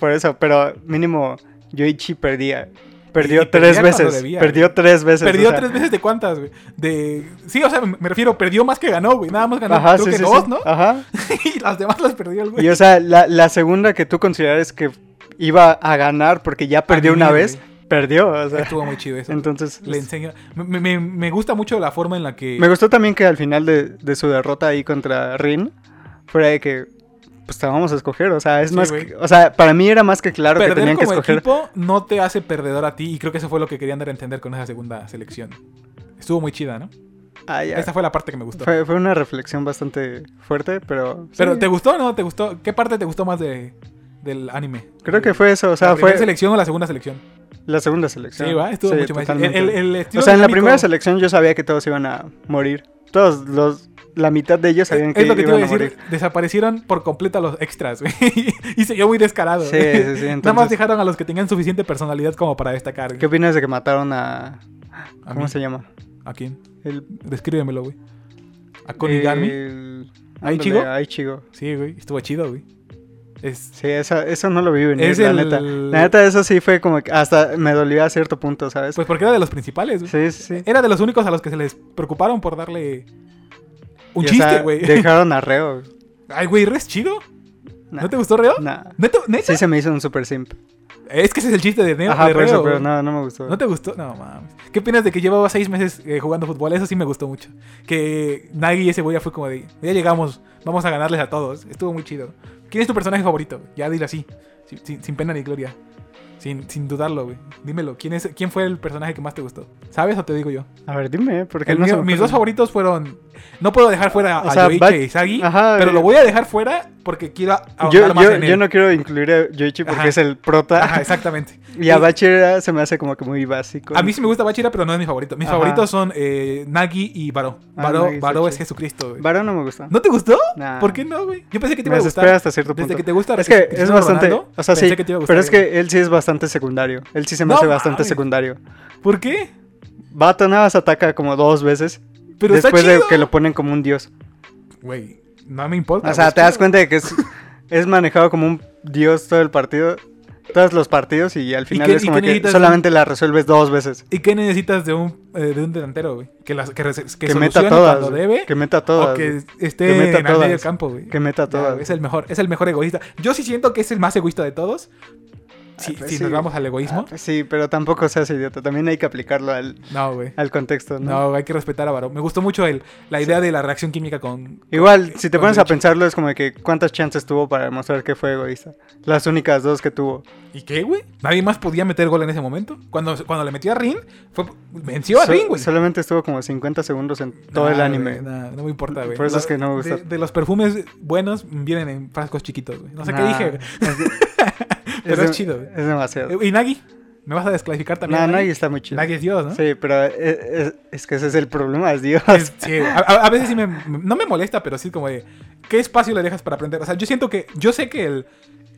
B: por eso. Pero mínimo, Yoichi perdía. Perdió
A: y- y
B: tres
A: perdía
B: veces.
A: cuando debía,
B: perdió tres veces.
A: Perdió
B: o sea.
A: tres veces de cuántas, güey. De... Sí, o sea, me me refiero, perdió más que ganó, güey. Nada más ganó
B: Ajá,
A: creo
B: sí,
A: que
B: sí,
A: dos,
B: sí.
A: ¿no?
B: Ajá.
A: y las demás las perdió el güey.
B: Y o sea, la, la segunda que tú consideras que iba a ganar porque
A: Ah,
B: ya perdió una
A: vivir,
B: vez, perdió. O sea,
A: Estuvo muy chido eso.
B: entonces.
A: Le enseño. Me, me- me gusta mucho la forma en la que.
B: Me gustó también que al final de, de su derrota ahí contra Rin, fuera de que pues te vamos a escoger, o sea, es
A: Sí,
B: más
A: güey.
B: que- o sea, para mí era más que claro que
A: Perder
B: tenían que
A: como
B: escoger.
A: equipo no te hace perdedor a ti. Y creo que eso fue lo que querían dar a entender con esa segunda selección. Estuvo muy chida, ¿no?
B: Ah, ya.
A: Esa fue la parte que me gustó.
B: Fue, fue una reflexión bastante fuerte, pero,
A: Pero,
B: sí,
A: ¿te gustó o no? ¿Te gustó? ¿Qué parte te gustó más de, del anime?
B: creo que fue eso, o sea,
A: ¿La primera
B: fue
A: selección o la segunda selección?
B: la segunda selección.
A: Sí, va, estuvo
B: Sí,
A: mucho más. El,
B: totalmente.
A: el- el estilo
B: o sea, en la
A: dinámico-
B: primera selección yo sabía que todos iban a morir. Todos los la mitad de ellos sabían que,
A: es lo que te
B: iban
A: iba a
B: a morir.
A: decir. Desaparecieron por completo a los extras, güey. y se vio muy descarado.
B: Sí, sí,
A: güey.
B: sí,
A: Nada más
B: entonces-
A: dejaron a los que tenían suficiente personalidad como para destacar.
B: ¿Qué opinas de que mataron a
A: ¿A,
B: ¿cómo
A: mí?
B: se llama? Eh,
A: ¿A quién?
B: El
A: Descríbemelo, güey. ¿A Konigami?
B: el-
A: ¿A Ichigo?
B: ándale, a Ichigo.
A: Sí, güey. Estuvo chido, güey. Es...
B: Sí, eso, eso no lo vi venir,
A: Es
B: la
A: el-
B: neta. La neta, eso sí fue como que hasta me dolió a cierto punto, ¿sabes?
A: Pues porque era de los principales, güey.
B: sí, sí, sí.
A: Era de los únicos a los que se les preocuparon por darle un
B: Y, o sea,
A: chiste, güey.
B: dejaron a Reo.
A: Ay, güey, ¿res chido?
B: Nah,
A: ¿No te gustó Reo?
B: nah.
A: ¿Neta? ¿Neta?
B: Sí se me hizo un super simp.
A: Es que ese es el chiste de, Neo,
B: Ajá,
A: de
B: por
A: Reo.
B: eso, pero
A: güey.
B: no, no me gustó.
A: ¿No te gustó? No, mames. ¿Qué opinas de que llevaba seis meses eh, jugando fútbol? Eso sí me gustó mucho. Que Nagi y ese güey ya fue como de, ya llegamos, vamos a ganarles a todos. Estuvo muy chido. ¿Quién es tu personaje favorito? Ya dilo así, sin, sin- sin pena ni gloria. Sin, sin dudarlo, güey. Dímelo, ¿quién, es, ¿quién fue el personaje que más te gustó? ¿Sabes o te digo yo?
B: A ver, dime, porque
A: El
B: no se
A: mío-
B: me
A: mis
B: ocurre?
A: dos favoritos fueron... No puedo dejar fuera
B: O
A: a
B: sea,
A: Yoichi
B: va-
A: e Isagi,
B: Ajá,
A: pero
B: eh.
A: lo voy a dejar fuera porque quiero ahondar
B: Yo,
A: más
B: yo-
A: en él.
B: yo no quiero incluir a Yoichi porque
A: Ajá.
B: es el prota.
A: Ajá, exactamente.
B: Y a Bachira se me hace como que muy básico.
A: A mí sí me gusta Bachira, pero no es mi favorito. Mis
B: Ajá.
A: favoritos son eh, Nagi y Baró.
B: Ah,
A: Baró,
B: Nagi,
A: Baró
B: sí,
A: es
B: sí.
A: Jesucristo, güey.
B: Varón no me gusta.
A: ¿No te gustó?
B: Nah.
A: ¿Por qué no, güey? Yo pensé que te
B: Ah. Me
A: iba a
B: desespera
A: gustar.
B: hasta cierto punto.
A: Desde que te gusta
B: Es que es
A: Cristiano
B: bastante.
A: Ronaldo,
B: o sea,
A: pensé
B: sí.
A: que te iba a
B: pero
A: gustar,
B: es que él sí es bastante secundario. Él sí se me
A: No
B: hace bastante
A: mames.
B: secundario.
A: ¿Por qué?
B: Vato nada más ataca como dos veces.
A: Pero
B: después
A: está
B: de
A: chido. Ah,
B: que lo ponen como un dios.
A: Güey, no me importa.
B: O sea,
A: güey,
B: te das
A: claro.
B: cuenta de que es, es manejado como un dios todo el partido. Todos los partidos y al final
A: qué-
B: es
A: y
B: como
A: qué
B: que
A: necesitas?
B: solamente la resuelves dos veces.
A: ¿Y qué necesitas de un, eh, de un delantero, güey? Que, las, que, rece- que
B: Que, meta
A: solucione
B: todas.
A: cuando
B: güey.
A: debe
B: Que meta
A: o
B: todas.
A: que
B: güey.
A: esté
B: Que meta
A: en el medio
B: todas.
A: campo, güey.
B: Que meta
A: Ya,
B: todas.
A: güey, es el mejor, es el mejor egoísta. Yo sí siento que es el más egoísta de todos. Si,
B: Ah, pues
A: si
B: sí.
A: nos vamos al
B: Ah,
A: egoísmo.
B: pues sí, pero tampoco seas idiota. También hay que aplicarlo al,
A: No, güey.
B: al contexto, ¿no?
A: No, hay que respetar a Baró. Me gustó mucho el, la idea de la reacción química con.
B: Igual, si te
A: con
B: pones a
A: Yoichi.
B: pensarlo, es como que cuántas chances tuvo para demostrar que fue egoísta. Las únicas dos que tuvo.
A: ¿Y qué, güey? Nadie más podía meter gol en ese momento. Cuando, cuando le metió a Rin, fue, venció a
B: So-
A: Rin, güey.
B: solamente estuvo como 50 segundos en todo
A: Nah,
B: el anime.
A: güey, nah, no me importa, güey.
B: Por eso
A: Lo-
B: es que no me gusta.
A: De, de los perfumes buenos vienen en frascos chiquitos, güey. No sé qué
B: Nah,
A: dije,
B: es-
A: pero es,
B: de-
A: chido, güey.
B: Es demasiado.
A: Eh, ¿Y Nagi? ¿Me vas a desclasificar también?
B: Nah,
A: a
B: Nagi
A: Nagi?
B: está muy chido.
A: Nagi es Dios, ¿no?
B: Sí, pero eh, eh, es, es que ese es el problema, es Dios.
A: Es- sí, a, a- a veces sí me, me- No me molesta, pero sí como de. ¿Qué espacio le dejas para aprender? O sea, yo siento que. Yo sé que el,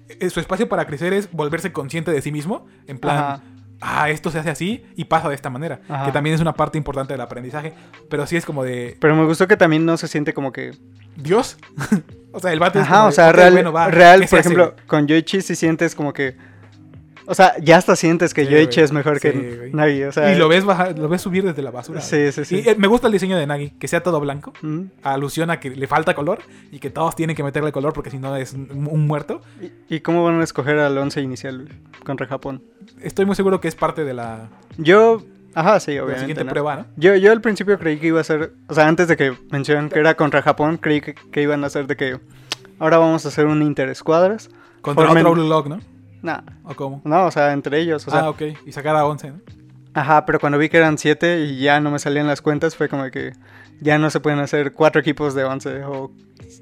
A: eh, su espacio para crecer es volverse consciente de sí mismo. En plan.
B: Ajá.
A: Ah, esto se hace así y pasa de esta manera.
B: Ajá.
A: Que también es una parte importante del aprendizaje. Pero sí es como de.
B: Pero me gustó que también no se siente como que...
A: Dios. o sea, el vato es
B: Ajá,
A: como
B: o
A: de,
B: sea,
A: "Ok,
B: real,
A: bueno, va,
B: real
A: ¿qué se
B: por
A: hace,
B: ejemplo,
A: güey?"
B: con Yoichi sí sientes como que... O sea, ya hasta sientes que
A: Sí,
B: Yoichi
A: güey.
B: es mejor
A: Sí,
B: que
A: güey.
B: Nagi, o sea...
A: y lo ves, bajar, lo ves subir desde la basura. güey.
B: Sí, sí, sí.
A: Y, eh, me gusta el diseño de Nagi, que sea todo blanco.
B: Mm.
A: Alusión a que le falta color y que todos tienen que meterle color porque si no es un- un muerto.
B: ¿Y- ¿Y cómo van a escoger al 11 inicial güey, contra Japón?
A: Estoy muy seguro que es parte de la,
B: Yo, ajá, sí,
A: la
B: obviamente.
A: siguiente
B: ¿no?
A: prueba, ¿no?
B: Yo, yo al principio creí que iba a ser, o sea, antes de que mencionen que era contra Japón, creí que, que iban a hacer de que ahora vamos a hacer un interescuadras.
A: Contra
B: Formen-
A: otro Blue Lock, ¿no?
B: Nah,
A: ¿O cómo?
B: no, o sea, entre ellos, o sea,
A: ah, ok. Y sacar a 11, ¿no?
B: ajá, pero cuando vi que eran 7 y ya no me salían las cuentas, fue como que ya no se pueden hacer cuatro equipos de 11 o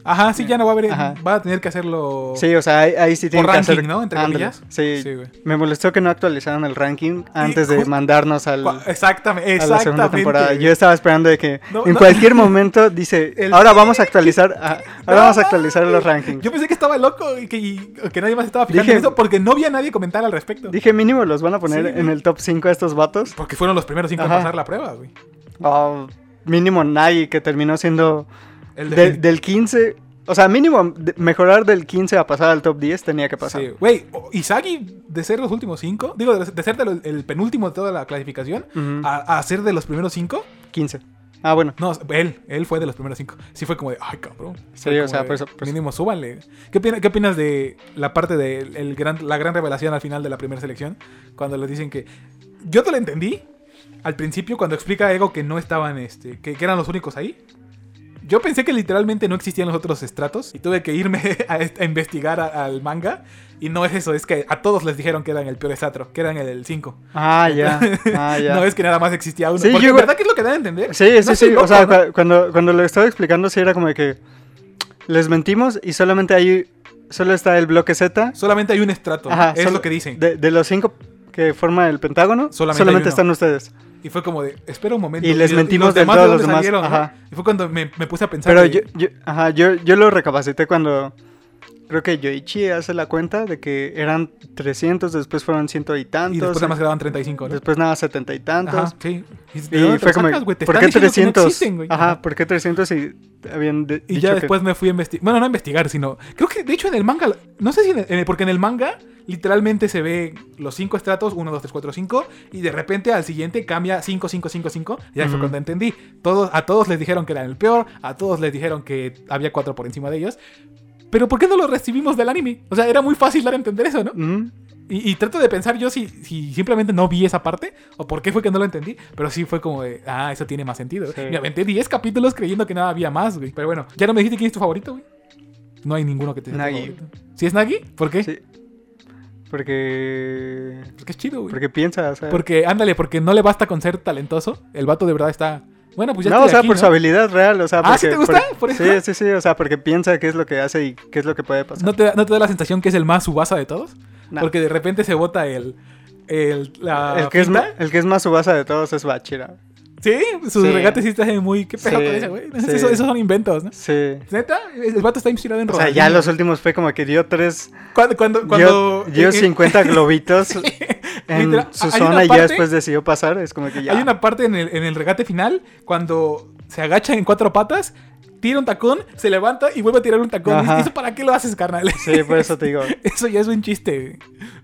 A: Ajá, sí, ya no va a haber.
B: Ajá.
A: Va a tener que hacerlo.
B: Sí, o sea, ahí, ahí sí tienen
A: Oh. ranking,
B: que hacer
A: ¿no? Entre
B: ándale,
A: comillas.
B: Sí.
A: Sí, güey.
B: me molestó que no actualizaron el ranking antes de
A: ju-
B: mandarnos al
A: Cua- Exactamente,
B: a la segunda
A: exactamente.
B: temporada. Yo estaba esperando de que
A: No,
B: en
A: no.
B: cualquier momento dice,
A: El-
B: ahora vamos a actualizar, ah, ahora
A: No,
B: vamos a actualizar los
A: Yo,
B: rankings.
A: pensé que estaba loco y que, y que nadie más estaba fijando
B: Dije-
A: en eso porque no había nadie comentar al respecto.
B: Dije, mínimo los van a poner
A: Sí, güey.
B: en el top 5 a estos vatos. Oh,
A: Porque fueron los primeros cinco
B: Ajá.
A: en pasar la prueba, güey.
B: O mínimo Nagi, que terminó siendo
A: El
B: de- del 15 O sea, mínimo de- mejorar del 15 a pasar al top 10 tenía que pasar.
A: Sí, güey, o- Isagi de ser los últimos cinco, digo, de, de ser de lo- el penúltimo de toda la clasificación,
B: Ujú.
A: a, a ser de los primeros cinco,
B: 15. Ah, bueno.
A: no, él, él fue de los primeros cinco. Sí fue como de, ay, cabrón.
B: Sí,
A: Fue
B: o
A: como
B: sea,
A: de,
B: por eso- por eso.
A: Mínimo, súbanle. ¿Qué, opina- qué opinas de la parte de el gran, la gran revelación al final de la primera selección? Cuando les dicen que, yo te lo entendí al principio cuando explica Ego que no estaban, este, que, que eran los únicos ahí. Yo pensé que literalmente no existían los otros estratos y tuve que irme a, est- a investigar a- al manga y no es eso, es que a todos les dijeron que eran el peor estrato, que eran el 5.
B: Ah, ya. Ah, ya.
A: No es que nada más existía uno.
B: Sí,
A: porque
B: yo-
A: en verdad que es lo que dan a entender.
B: Sí, sí,
A: No
B: sí.
A: soy loco,
B: o sea,
A: ¿no?
B: cua- cuando, cuando lo estaba explicando, sí era como de que les mentimos y solamente ahí, solo está el bloque Z.
A: Solamente hay un estrato,
B: Ajá,
A: es
B: solo-
A: lo que dicen.
B: De, de los cinco que forma el Pentágono,
A: Solamente
B: solamente,
A: hay uno.
B: están ustedes.
A: Y fue como de, espera un momento.
B: Y les
A: lo-
B: mentimos
A: los
B: de
A: demás,
B: todos
A: ¿de
B: los
A: dónde
B: demás,
A: salieron, no?
B: ajá.
A: Y fue cuando me, me puse a pensar.
B: Pero
A: de-
B: yo, yo, ajá, yo, yo lo recapacité cuando creo que Yoichi hace la cuenta de que eran 300, después fueron ciento y tantos.
A: y después nada más quedaban 35, ¿no?
B: después nada, setenta y tantos.
A: Ajá, sí. Y,
B: Y fue como, ¿por qué 300?
A: Ajá.
B: Ajá, ¿por qué 300 si habían de-
A: Y
B: dicho
A: ya
B: que-
A: después me fui a investigar. Bueno, no a investigar, sino. Creo que de hecho en el manga. No sé si. en el- en el- porque en el manga literalmente se ve los cinco estratos: 1, 2, 3, 4, 5. Y de repente al siguiente cambia 5, 5, 5, 5. Y ahí fue
B: Ujú.
A: cuando entendí. Todos, a todos les dijeron que eran el peor. A todos les dijeron que había cuatro por encima de ellos. Pero ¿por qué no lo recibimos del anime? O sea, era muy fácil dar a entender eso, ¿no?
B: Ujú.
A: Y, y trato de pensar yo si, si simplemente no vi esa parte o por qué fue que no lo entendí. Pero sí fue como de, ah, eso tiene más sentido.
B: Sí.
A: Me aventé 10 capítulos creyendo que nada había más, güey. Pero bueno, ya no me dijiste quién es tu favorito, güey. No hay ninguno que te sea tu
B: Nagi.
A: favorito. ¿Sí es Nagi? ¿Por qué?
B: Sí. Porque.
A: Porque es chido, güey. Porque,
B: Porque piensa, o sea.
A: ándale, porque no le basta con ser talentoso. El vato de verdad está. Bueno, pues ya
B: no,
A: estoy
B: o sea,
A: aquí,
B: por
A: ¿no?
B: su habilidad real, o sea.
A: Ah, ¿sí te gusta? ¿Por eso?
B: Sí, sí, sí, o sea, porque piensa qué es lo que hace y qué es lo que puede pasar.
A: ¿No te, da- no te da la sensación que es el más subasa de todos?
B: Nah.
A: Porque de repente se bota el. El, la
B: el, que es ma-
A: finta.
B: el que es más subasa de todos es Bachira.
A: Sí, sus
B: Sí.
A: regates sí están muy. ¿Qué pedo
B: Sí,
A: con eso, güey?
B: sí.
A: Esos- esos son inventos, ¿no?
B: Sí.
A: Neta, el vato está inspirado en
B: O sea,
A: Ronaldinho.
B: ya los últimos fue como que dio tres.
A: Cuando, cuando,
B: dio-
A: cuando
B: dio,
A: eh, eh,
B: 50 globitos en
A: Literal,
B: su
A: hay una
B: zona y ya
A: parte-
B: después decidió pasar. Es como que ya.
A: Hay una parte en el, en el regate final cuando se agacha en cuatro patas, tira un tacón, se levanta y vuelve a tirar un tacón.
B: Ajá.
A: ¿Y ¿Eso para qué lo haces, carnal?
B: Sí, por eso te digo.
A: Eso ya es un chiste. güey.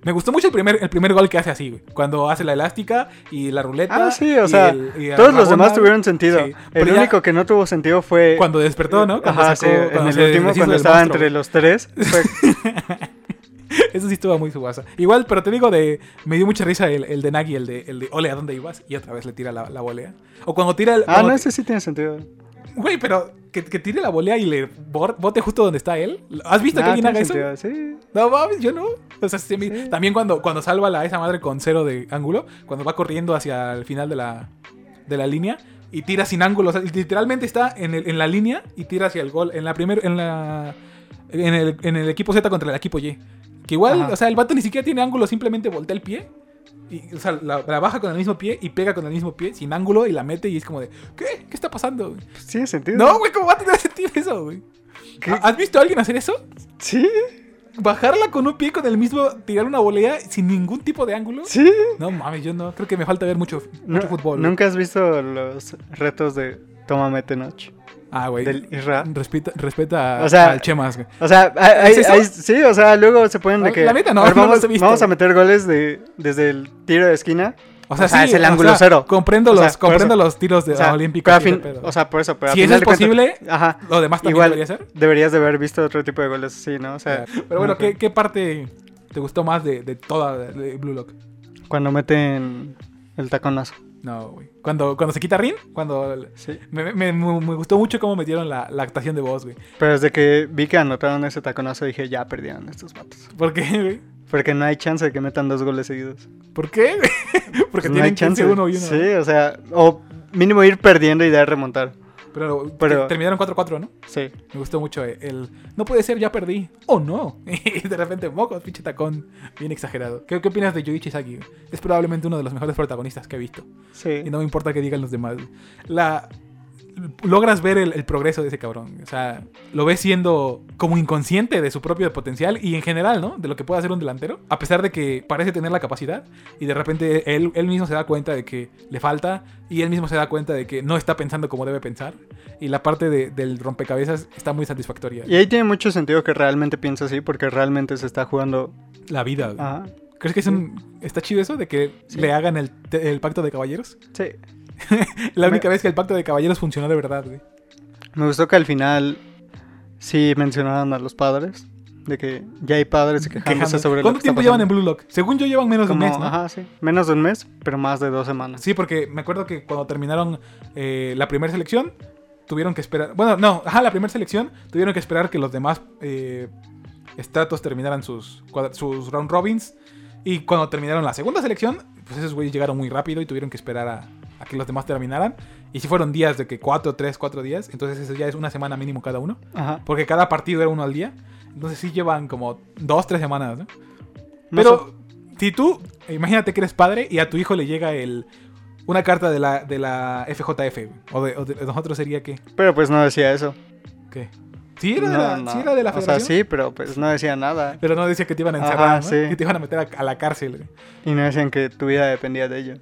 A: Me gustó mucho el primer, el primer gol que hace así, güey. Cuando hace la elástica y la ruleta.
B: Ah, sí, o
A: y
B: sea,
A: el- y la
B: todos los
A: rabona,
B: demás
A: güey.
B: tuvieron sentido.
A: Sí,
B: El
A: pero ya
B: único que no tuvo sentido fue.
A: Cuando despertó, ¿no? Cuando
B: Ajá,
A: sacó-
B: sí,
A: cuando
B: en
A: se
B: el último,
A: deshizo
B: cuando
A: del
B: estaba
A: monstruo,
B: entre
A: güey.
B: los tres. fue-
A: Eso sí estuvo muy subasa. Igual, pero te digo, de me dio mucha risa el, el de Nagi, el de, el de Ole, ¿a dónde ibas? Y otra vez le tira la, la volea. O cuando tira el.
B: ah,
A: cuando-
B: no, ese sí tiene sentido.
A: Güey, pero que, que tire la volea y le bor- bote justo donde está él. ¿Has visto que
B: Ah,
A: alguien haga
B: tiene
A: eso?
B: sentido, sí.
A: No mames, yo no. O sea, sí, a mí-
B: Sí.
A: también cuando, cuando salva la, esa madre con cero de ángulo, cuando va corriendo hacia el final de la, de la línea y tira sin ángulo. O sea, literalmente está en, el- en la línea y tira hacia el gol. En la primer, en la. En el, en el equipo Z contra el equipo Y. Que igual,
B: Ajá.
A: o sea, el vato ni siquiera tiene ángulo, simplemente voltea el pie. Y, o sea, la, la baja con el mismo pie y pega con el mismo pie, sin ángulo, y la mete y es como de, ¿qué? ¿Qué está pasando?
B: Pues tiene sentido.
A: No, güey, ¿cómo va a tener sentido eso, güey?
B: ¿Qué?
A: ¿Has visto a alguien hacer eso?
B: Sí,
A: Bajarla con un pie con el mismo, tirar una volea sin ningún tipo de ángulo.
B: sí.
A: No mames, yo no. Creo que me falta ver mucho,
B: No,
A: mucho fútbol. güey.
B: Nunca has visto los retos de Toma Mete Noche
A: Ah, güey.
B: del Isra.
A: Respeta, respeta a-
B: O sea,
A: al Chemas, güey.
B: O sea, hay-
A: ¿Es eso?
B: hay- sí, o sea, luego se ponen de
A: No,
B: que.
A: la neta no,
B: a ver,
A: no los
B: vamos,
A: he visto.
B: vamos a meter goles de, desde el tiro de esquina.
A: O sea,
B: o sea,
A: sí,
B: es el
A: o
B: ángulo
A: sea,
B: cero.
A: Comprendo,
B: O sea,
A: los,
B: por
A: comprendo
B: eso.
A: los tiros de
B: o sea,
A: olímpicos.
B: pero a
A: y ese
B: fin-
A: pedo.
B: o sea, por eso. Pero a
A: si eso
B: final
A: es
B: de cuentas-
A: posible,
B: ajá.
A: lo demás también
B: Igual eh,
A: debería ser.
B: deberías de haber visto otro tipo de goles así, ¿no? O sea,
A: Pero bueno, ¿qué, qué parte te gustó más de, de toda de Blue Lock?
B: Cuando meten el taconazo.
A: No, güey. Cuando, cuando se quita Rin, cuando.
B: Sí.
A: Me, me- me- me gustó mucho cómo metieron la, la actuación de voz, güey.
B: Pero desde que vi que anotaron ese taconazo dije, ya perdieron estos vatos.
A: Porque, güey.
B: Porque no hay chance de que metan dos goles seguidos.
A: ¿Por qué? Porque
B: Pues no hay
A: tienen 15
B: chance.
A: uno y uno.
B: Sí, o sea, o mínimo ir perdiendo y dar remontar.
A: Pero,
B: Pero-
A: terminaron 4-4, ¿no?
B: Sí.
A: Me gustó mucho eh, el. No puede ser, ya perdí. Oh no. Y de repente, moco, pinche tacón. Bien exagerado. ¿Qué, qué opinas de Yoichi Saki? Es probablemente uno de los mejores protagonistas que he visto.
B: Sí.
A: Y no me importa que digan los demás. güey. La. logras ver el, el progreso de ese cabrón. O sea, lo ves siendo como inconsciente de su propio potencial y en general, ¿no? De lo que puede hacer un delantero. A pesar de que parece tener la capacidad y de repente él, él mismo se da cuenta de que le falta y él mismo se da cuenta de que no está pensando como debe pensar. Y la parte de- del rompecabezas está muy satisfactoria.
B: Y ahí tiene mucho sentido que realmente piensa así, porque realmente se está jugando.
A: La vida. güey.
B: Ajá.
A: ¿Crees que es un- está chido eso de que
B: Ah. Sí.
A: le hagan el, te- el pacto de caballeros?
B: Sí.
A: La
B: Me-
A: única vez que el pacto de caballeros funcionó de verdad, güey.
B: Me gustó que al final sí mencionaron a los padres, de que ya hay padres quejándose
A: Quejándose.
B: sobre lo
A: ¿Cuánto
B: que está
A: tiempo llevan en
B: pasando.
A: Blue Lock? Según yo llevan menos de un
B: Como-
A: mes, ¿no?
B: Ajá, sí. Menos de un mes, pero más de dos semanas.
A: Sí, porque me acuerdo que cuando terminaron eh, la primera selección, tuvieron que esperar. Bueno, no, ajá, la primera selección tuvieron que esperar que los demás eh, estratos terminaran sus, cuadra- sus round robins. Y cuando terminaron la segunda selección, pues esos güeyes llegaron muy rápido y tuvieron que esperar a, a que los demás terminaran. Y si fueron días de que 4, 3, 4 días, entonces eso ya es una semana mínimo cada uno.
B: Ajá.
A: Porque cada partido era uno al día. Entonces sí llevan como 2, 3 semanas, ¿no?
B: No sé.
A: Pero si tú, imagínate que eres padre y a tu hijo le llega el una carta de la, de la FJF. güey. O de, o de- nosotros sería que.
B: Pero pues no decía eso.
A: ¿Qué? Sí era, de,
B: No,
A: la,
B: no.
A: sí era de la
B: O sea,
A: federación.
B: sí, pero pues no decía nada.
A: Pero no decía que te iban a
B: Ajá,
A: encerrar, ¿no?
B: sí.
A: que te iban a meter a, a la cárcel. güey.
B: Y no decían que tu vida dependía de ello.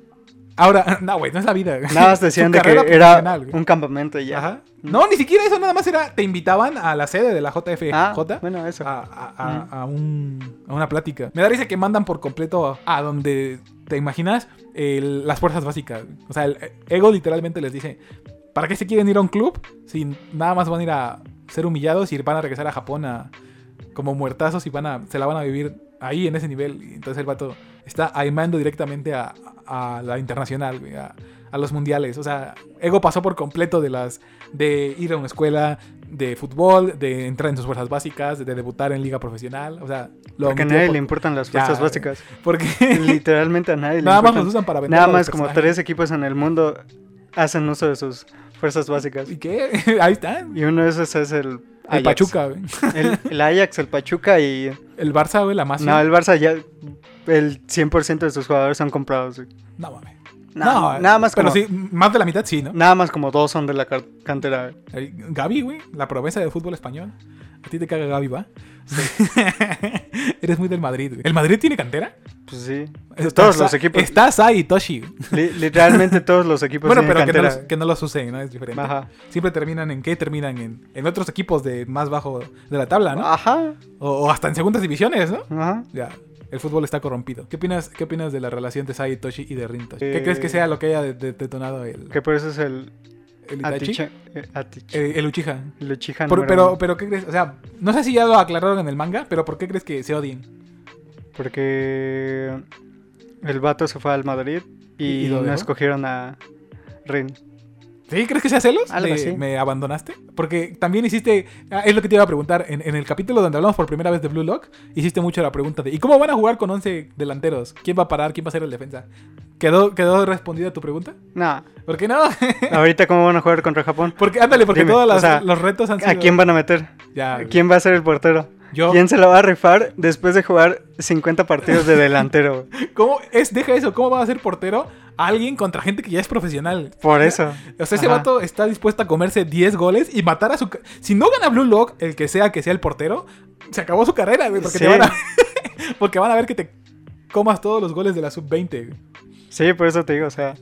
A: Ahora, no, güey, no es la vida. güey.
B: Nada más
A: Tu
B: decían de que
A: carrera
B: era
A: profesional, güey.
B: un campamento y ya.
A: Ajá. No, ni siquiera eso, nada más era. Te invitaban a la sede de la JFJ.
B: Ah, bueno, eso.
A: a, a- a- a un- a una plática. Me da risa que mandan por completo a, a donde te imaginas el- las fuerzas básicas. O sea, el ego literalmente les dice, ¿para qué se quieren ir a un club si nada más van a ir a ser humillados y van a regresar a Japón a, como muertazos y van a, se la van a vivir ahí en ese nivel? Y entonces el vato está aimando directamente a, a la internacional, güey, a, a los mundiales. O sea, Ego pasó por completo de las de ir a una escuela de fútbol, de entrar en sus fuerzas básicas, de debutar en liga profesional. O sea, lo
B: Porque a
A: omitió
B: nadie
A: por-
B: le importan las
A: Ya,
B: fuerzas
A: güey.
B: básicas.
A: porque
B: Literalmente a nadie le
A: nada más
B: importan.
A: los usan para vender.
B: Nada
A: a los
B: más como
A: personajes.
B: tres equipos en el mundo hacen uso de sus fuerzas básicas.
A: ¿Y qué? Ahí están.
B: Y uno de esos es el
A: El
B: Ajax.
A: Pachuca, güey.
B: El, el Ajax, el Pachuca y...
A: el Barça, güey, la más.
B: No, el Barça ya... El 100% de sus jugadores son comprados. güey.
A: No mames.
B: Nada,
A: No,
B: nada más
A: Pero
B: como...
A: sí, más de la mitad sí, ¿no?
B: Nada más como dos son de la car- cantera. güey.
A: El Gaby, güey, la promesa del fútbol español. A ti te caga Gaby, ¿va? Eres muy del Madrid, güey. ¿El Madrid tiene cantera?
B: Pues sí.
A: Está
B: Todos
A: Sa-
B: los equipos.
A: Está Sai y Toshi. güey.
B: li- literalmente todos los equipos
A: bueno,
B: tienen
A: pero que no, los,
B: cantera.
A: que no los usen, ¿no? Es diferente.
B: Ajá.
A: Siempre terminan en qué? Terminan en, en otros equipos de más bajo de la tabla, ¿no?
B: Ajá.
A: O, o hasta en segundas divisiones, ¿no?
B: Ajá.
A: Ya. El fútbol está corrompido. ¿Qué opinas, qué opinas de la relación de Sai y Toshi y de Rin Toshi? ¿Qué
B: Eh,
A: crees que sea lo que haya de- de- detonado el,
B: Que por eso es el...
A: el Itachi?
B: Atiche. eh, Atiche.
A: Eh, el Uchiha.
B: El Uchiha
A: Por-
B: número
A: pero,
B: uno.
A: pero, ¿qué crees? O sea, no sé si ya lo aclararon en el manga, pero ¿por qué crees que se odien?
B: Porque el vato se fue al Madrid
A: ¿Y- y
B: y,
A: lo
B: no
A: dejó?
B: escogieron a Rin.
A: ¿Sí? ¿Crees que sea celos?
B: Algo
A: de,
B: así.
A: ¿Me abandonaste? Porque también hiciste, ah, es lo que te iba a preguntar, en, en el capítulo donde hablamos por primera vez de Blue Lock, hiciste mucho la pregunta de ¿y cómo van a jugar con 11 delanteros? ¿Quién va a parar? ¿Quién va a ser el defensa? ¿Quedó, quedó respondida tu pregunta?
B: No.
A: ¿Por qué no?
B: Ahorita cómo van a jugar contra Japón.
A: porque, ándale, porque
B: Dime,
A: todos
B: o
A: las-
B: sea,
A: los retos han sido...
B: ¿A quién van a meter?
A: Ya,
B: ¿A ¿Quién va a ser el portero?
A: Ah, yo,
B: ¿Quién se la va a rifar después de jugar 50 partidos de delantero?
A: ¿cómo es? Deja eso, ¿cómo va a ser portero alguien contra gente que ya es profesional?
B: Por eso.
A: O sea, ese
B: Ajá.
A: vato está dispuesto a comerse 10 goles y matar a su... ca- Si no gana Blue Lock, el que sea que sea el portero, se acabó su carrera, güey. Porque, te
B: Sí.
A: van, a... porque van a ver que te comas todos los goles de la sub-20. güey.
B: Sí, por eso te digo, o sea.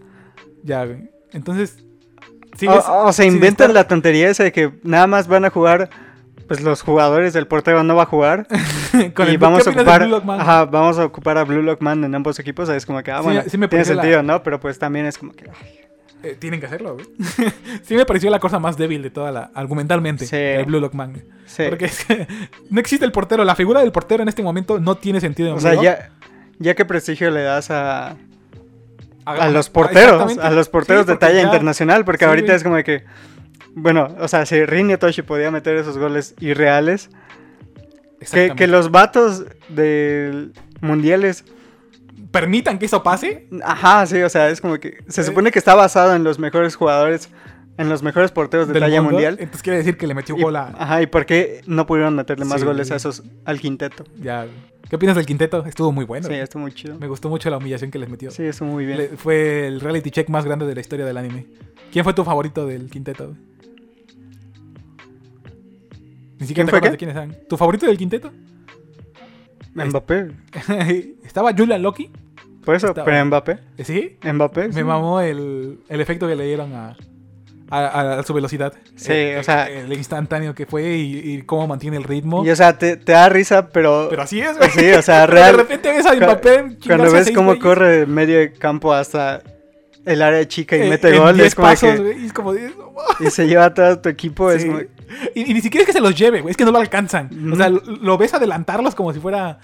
A: Ya, güey. Entonces...
B: O,
A: sigues
B: o se
A: sin
B: inventan
A: estar-
B: la tontería esa de que nada más van a jugar, pues los jugadores del portero no va a jugar.
A: con
B: y
A: el-
B: vamos
A: ¿Qué
B: a
A: opinas de
B: ocupar.
A: Blue Lock, man?
B: Ajá, vamos a ocupar a Blue Lock Man en ambos equipos. Es como que, ah,
A: Sí,
B: bueno,
A: sí me
B: tiene
A: pareció la-
B: sentido, ¿no? Pero pues también es como que. ay,
A: Eh, tienen que hacerlo, güey. sí me pareció la cosa más débil de toda la... Argumentalmente.
B: Sí.
A: El Blue Lock Man.
B: sí.
A: Porque es que no existe el portero. La figura del portero en este momento no tiene sentido. en
B: O
A: Blue
B: sea,
A: Lock.
B: ya, ya que prestigio le das a,
A: Ah,
B: a los porteros,
A: exactamente.
B: a los porteros
A: Sí,
B: de
A: porque
B: talla
A: ya-
B: internacional, porque
A: sí,
B: ahorita
A: güey.
B: es como de que, bueno, o sea, si Rin Toshi podía meter esos goles irreales, que,
A: Exactamente.
B: que los vatos de mundiales,
A: Permitan que eso pase. Eh.
B: ajá, sí, o sea, es como que se supone que está basado en los mejores jugadores en los mejores porteros de
A: del
B: talla
A: mundo.
B: mundial.
A: Entonces quiere decir que le metió
B: Y-
A: gol a.
B: Ajá, ¿y por qué no pudieron meterle más
A: Sí.
B: goles a esos al quinteto?
A: Ya. ¿Qué opinas del quinteto? Estuvo muy bueno.
B: sí, estuvo muy chido.
A: Me gustó mucho la humillación que les metió.
B: Sí, estuvo muy bien.
A: Le- fue el reality check más grande de la historia del anime. ¿Quién fue tu favorito del quinteto? Ni siquiera
B: ¿Quién
A: te
B: fue
A: acuerdas
B: qué?
A: de quiénes eran. ¿Tu favorito del quinteto?
B: Mbappé.
A: Estaba Julian Loki.
B: Por eso,
A: Estaba-
B: pero Mbappé.
A: ¿Sí?
B: Mbappé.
A: Me
B: sí.
A: mamó el, el efecto que le dieron a, a- a- a su velocidad.
B: Sí,
A: El-
B: o sea-
A: El, instantáneo que fue y, y cómo mantiene el ritmo.
B: Y o sea, te, te da risa, pero,
A: Pero así es, güey.
B: Pues Sí, o sea,
A: De
B: real.
A: repente ves a
B: Cu-
A: Mbappé
B: cuando
A: chingarse a
B: ves
A: seis
B: cómo
A: güeyes,
B: corre de medio de campo hasta el área chica y
A: eh,
B: mete
A: en
B: gol,
A: 10
B: es como
A: pasos,
B: que,
A: güey, y es como de-
B: y se lleva a todo tu equipo, es
A: Sí.
B: como-
A: y, y ni siquiera es que se los lleve, güey, es que no lo alcanzan. O
B: Ujú.
A: sea, lo, lo ves adelantarlos como si fuera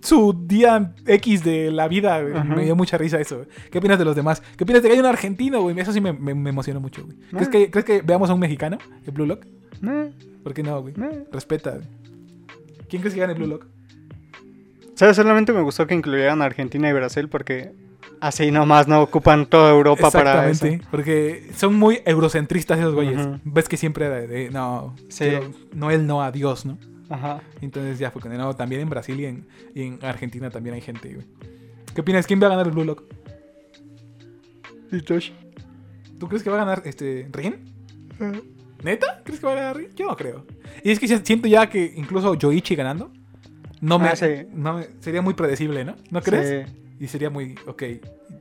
A: su día X de la vida. güey.
B: Ajá.
A: Me dio mucha risa eso. güey. ¿Qué opinas de los demás? ¿Qué opinas de que hay un argentino, güey? Eso sí me, me, me emocionó mucho, güey. ¿Crees,
B: Ah.
A: que, ¿Crees que veamos a un mexicano en Blue Lock?
B: Meh,
A: ¿Por qué no, güey?
B: meh.
A: Respeta. güey. ¿Quién crees que gane Blue Lock?
B: ¿Sabes? Solamente me gustó que incluyeran a Argentina y Brasil porque así nomás no ocupan toda Europa para eso.
A: Exactamente, porque son muy eurocentristas esos güeyes.
B: Ujú.
A: Ves que siempre era de, no,
B: Sí.
A: quiero- no él, no a Dios, ¿no?
B: Ajá.
A: Entonces ya fue condenado también en Brasil y en, y en Argentina también hay gente, güey. ¿Qué opinas? ¿Quién va a ganar el Blue Lock?
B: Y Tosh.
A: ¿Tú crees que va a ganar este Rin? ¿Neta? ¿Crees que va a ganar Rin? Yo no creo. Y es que ya siento ya que incluso Yoichi ganando no me,
B: Ah, sí.
A: no me- sería muy predecible, ¿no? ¿No crees? Y sería muy, ok,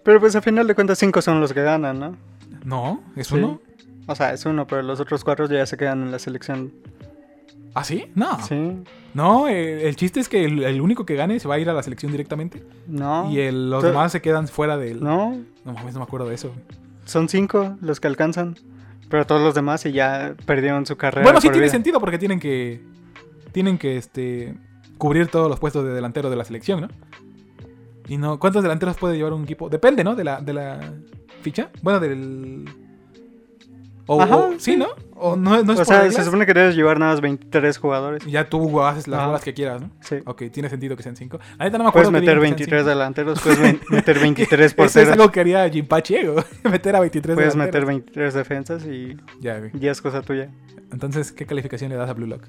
B: Pero pues a final de cuentas cinco son los que ganan, ¿no?
A: no, es
B: Sí.
A: uno.
B: O sea, es uno, pero los otros cuatro ya se quedan en la selección.
A: ¿Ah, sí? No.
B: Sí.
A: No, eh, el chiste es que el, el único que gane se va a ir a la selección directamente
B: No.
A: y el- los
B: Tú-
A: demás se quedan fuera del... No,
B: No.
A: mames, no me acuerdo de eso. güey.
B: Son cinco los que alcanzan. Pero todos los demás y ya perdieron su carrera.
A: Bueno, sí
B: por
A: tiene
B: vida.
A: sentido porque tienen que. Tienen que este. cubrir todos los puestos de delantero de la selección, ¿no? Y no. ¿Cuántos delanteros puede llevar un equipo? Depende, ¿no? De la. de la ficha. Bueno, del. O,
B: Ajá,
A: o- sí,
B: sí.
A: ¿no? O no, no es
B: o
A: por
B: sea, se
A: reglas.
B: supone que debes llevar nada más 23 jugadores.
A: Ya tú haces las
B: Ajá.
A: bolas que quieras, ¿no?
B: Sí.
A: Ok, tiene sentido que sean cinco. La neta no me acuerdo.
B: Puedes
A: que
B: meter
A: digan que sean
B: 23 delanteros, puedes men- meter 23
A: cinco. Eso es
B: porteros,
A: algo que haría Jim Pachiego. meter a 23
B: puedes meter
A: delanteros.
B: 23 defensas y
A: Ya, güey.
B: ya es cosa tuya.
A: Entonces, ¿qué calificación le das a Blue Lock?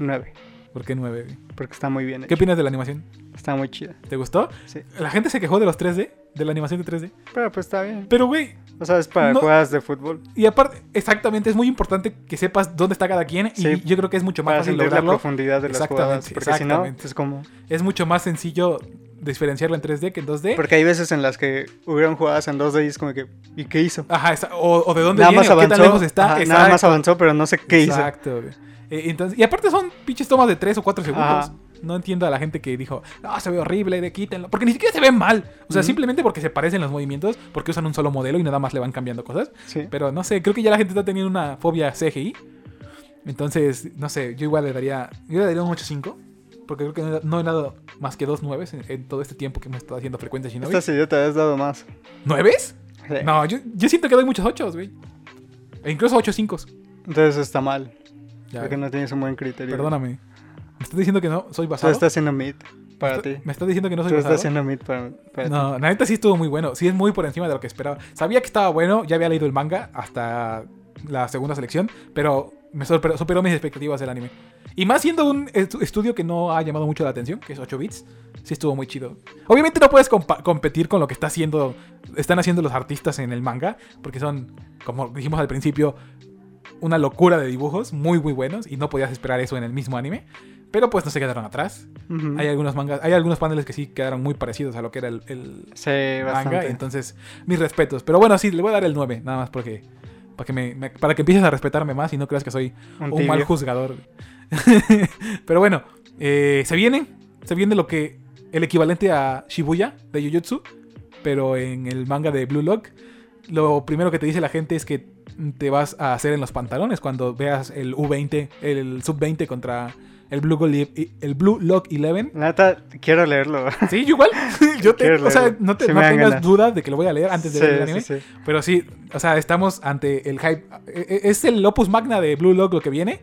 B: 9,
A: ¿Por qué nueve? güey?
B: porque está muy bien
A: ¿Qué
B: hecho.
A: opinas de la animación?
B: Está muy chida.
A: ¿Te gustó?
B: Sí.
A: La gente se quejó de los 3D, de la animación de 3D.
B: Pero pues está bien.
A: Pero, güey,
B: O sea, es para
A: No.
B: jugadas de fútbol.
A: y aparte, exactamente, es muy importante que sepas dónde está cada quien.
B: Sí.
A: Y yo creo que es mucho más
B: Para
A: fácil
B: sentir la
A: lograrlo.
B: profundidad de las
A: Exactamente,
B: jugadas. Porque si no,
A: exactamente.
B: es como.
A: Es mucho más sencillo diferenciarlo en 3D que en 2D.
B: Porque hay veces en las que hubieron jugadas en 2D y es como que. ¿Y qué hizo?
A: Ajá, esa- o, o de dónde
B: nada
A: viene,
B: más
A: o qué
B: avanzó.
A: tan lejos está.
B: ajá,
A: Exacto,
B: nada más avanzó, pero no sé qué hizo.
A: Exacto, güey. Eh, entonces, y aparte son pinches tomas de 3 o 4 segundos.
B: Ajá.
A: No entiendo a la gente que dijo, no, se ve horrible, de quítenlo. Porque ni siquiera se ve mal. O sea,
B: Ujú.
A: simplemente porque se parecen los movimientos, porque usan un solo modelo y nada más le van cambiando cosas.
B: Sí.
A: Pero no sé, creo que ya la gente está teniendo una fobia CGI. Entonces, no sé, yo igual le daría. Yo le daría un 8.5. Porque creo que no, no he dado más que dos nueves en, en todo este tiempo que hemos estado haciendo frecuencia Shinobi.
B: Esta sí ya Este te habías dado más.
A: ¿Nueves?
B: Sí.
A: No, yo, yo siento que doy muchos 8, güey. E incluso 8.5.
B: Entonces está mal.
A: Ya,
B: Porque no tienes un buen criterio.
A: Perdóname. ¿Me estás diciendo que no soy
B: Tú
A: basado?
B: estás haciendo mid para
A: ¿Me
B: ti.
A: está- ¿Me estás diciendo que no soy
B: Tú estás
A: basado?
B: haciendo mid para, para ti.
A: No, la neta sí estuvo muy bueno. Sí es muy por encima de lo que esperaba. Sabía que estaba bueno, ya había leído el manga hasta la segunda selección, pero me sorpre- superó mis expectativas el anime. Y más siendo un estu- estudio que no ha llamado mucho la atención, que es 8 bits, sí estuvo muy chido. Obviamente no puedes compa- competir con lo que está haciendo, están haciendo los artistas en el manga, porque son, como dijimos al principio, una locura de dibujos muy muy buenos y no podías esperar eso en el mismo anime. Pero pues no se quedaron atrás.
B: Ujú.
A: Hay algunos mangas, hay algunos paneles que sí quedaron muy parecidos a lo que era el- el,
B: Sí,
A: manga,
B: bastante.
A: entonces, mis respetos. Pero bueno, sí, le voy a dar el 9, nada más porque. Para que, me, me- para que empieces a respetarme más y no creas que soy
B: un
A: un,
B: tibio.
A: mal juzgador. Pero bueno, eh, se viene. Se viene lo que. El equivalente a Shibuya de Jujutsu. Pero en el manga de Blue Lock. Lo primero que te dice la gente es que te vas a hacer en los pantalones cuando veas el U20, el Sub-20 contra el Blue, Gol- el Blue Lock 11.
B: La neta, quiero leerlo.
A: Sí, yo igual. Yo te,
B: Quiero
A: o sea,
B: leerlo.
A: no, te,
B: Sí
A: no
B: me dan
A: tengas
B: ganas.
A: duda de que lo voy a leer antes de
B: Sí,
A: ver el anime.
B: sí, sí.
A: Pero sí, o sea, estamos ante el hype. E- e- Es el opus magna de Blue Lock lo que viene.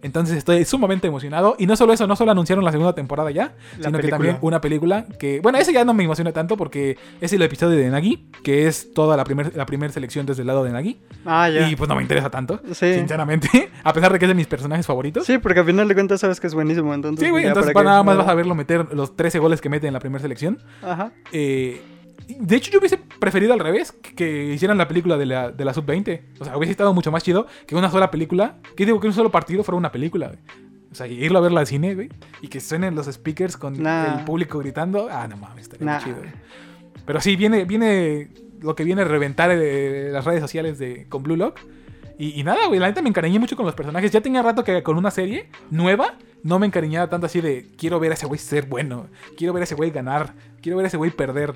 A: Entonces estoy sumamente emocionado. Y no solo eso, no solo anunciaron la segunda temporada ya,
B: La
A: sino que
B: película.
A: también una película que. Bueno, ese ya no me emociona tanto porque es el episodio de Nagi, que es toda la primera la primer selección desde el lado de Nagi.
B: Ah, ya.
A: Y pues no me interesa tanto,
B: Sí.
A: sinceramente. A pesar de que es de mis personajes favoritos.
B: Sí, porque al final de cuentas sabes que es buenísimo, entonces.
A: Sí, güey,
B: ya,
A: entonces
B: ¿para
A: pa-
B: qué?
A: nada más vas a verlo meter los 13 goles que mete en la primera selección.
B: Ajá.
A: Eh, de hecho, yo hubiese preferido al revés que, que hicieran la película de la, de la sub-20. O sea, hubiese estado mucho más chido que una sola película. Que digo que un solo partido fuera una película, güey. O sea, irlo a verla al cine, güey. Y que suenen los speakers con
B: Nah.
A: el público gritando. Ah, no mames, estaría
B: Nah.
A: chido. güey. Pero sí, viene, viene lo que viene a reventar eh, las redes sociales de, con Blue Lock. Y, y nada, güey, la neta me encariñé mucho con los personajes. Ya tenía rato que con una serie nueva no me encariñaba tanto así de quiero ver a ese güey ser bueno, quiero ver a ese güey ganar, quiero ver a ese güey perder.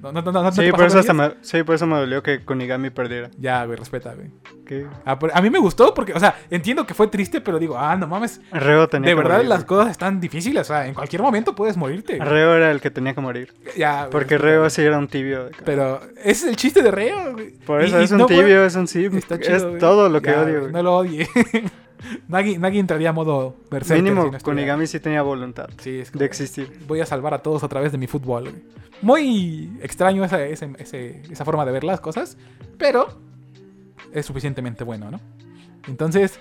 A: No, no, no, no, ¿no te
B: Sí, por
A: pasó,
B: eso hasta
A: Daniel?
B: me- sí, por eso me dolió que Kunigami perdiera.
A: Ya, güey, respeta, güey.
B: Que
A: Ah, por- A, mí me gustó porque, o sea, entiendo que fue triste, pero digo, ah, no mames.
B: Reo
A: De
B: tenía que
A: verdad
B: morir.
A: las cosas están difíciles, o sea, en cualquier momento puedes morirte. güey.
B: Reo era el que tenía que morir.
A: Ya, güey,
B: Porque
A: respeta,
B: Reo
A: güey.
B: sí era un tibio. de ca-
A: Pero ese es el chiste de Reo, güey.
B: Por
A: Y-
B: eso
A: y
B: es un
A: no puede-
B: tibio, es un simp.
A: Está chido,
B: es
A: güey.
B: todo lo que
A: Ya,
B: odio.
A: güey,
B: güey.
A: No lo odie. Nagi, Nagi entraría a modo berserker.
B: Mínimo,
A: si no estuviera.
B: Kunigami sí tenía voluntad
A: Sí, es como-
B: de existir.
A: voy a salvar a todos a través de mi fútbol. güey. Muy extraño esa, ese- ese- esa forma de ver las cosas, pero es suficientemente bueno, ¿no? Entonces,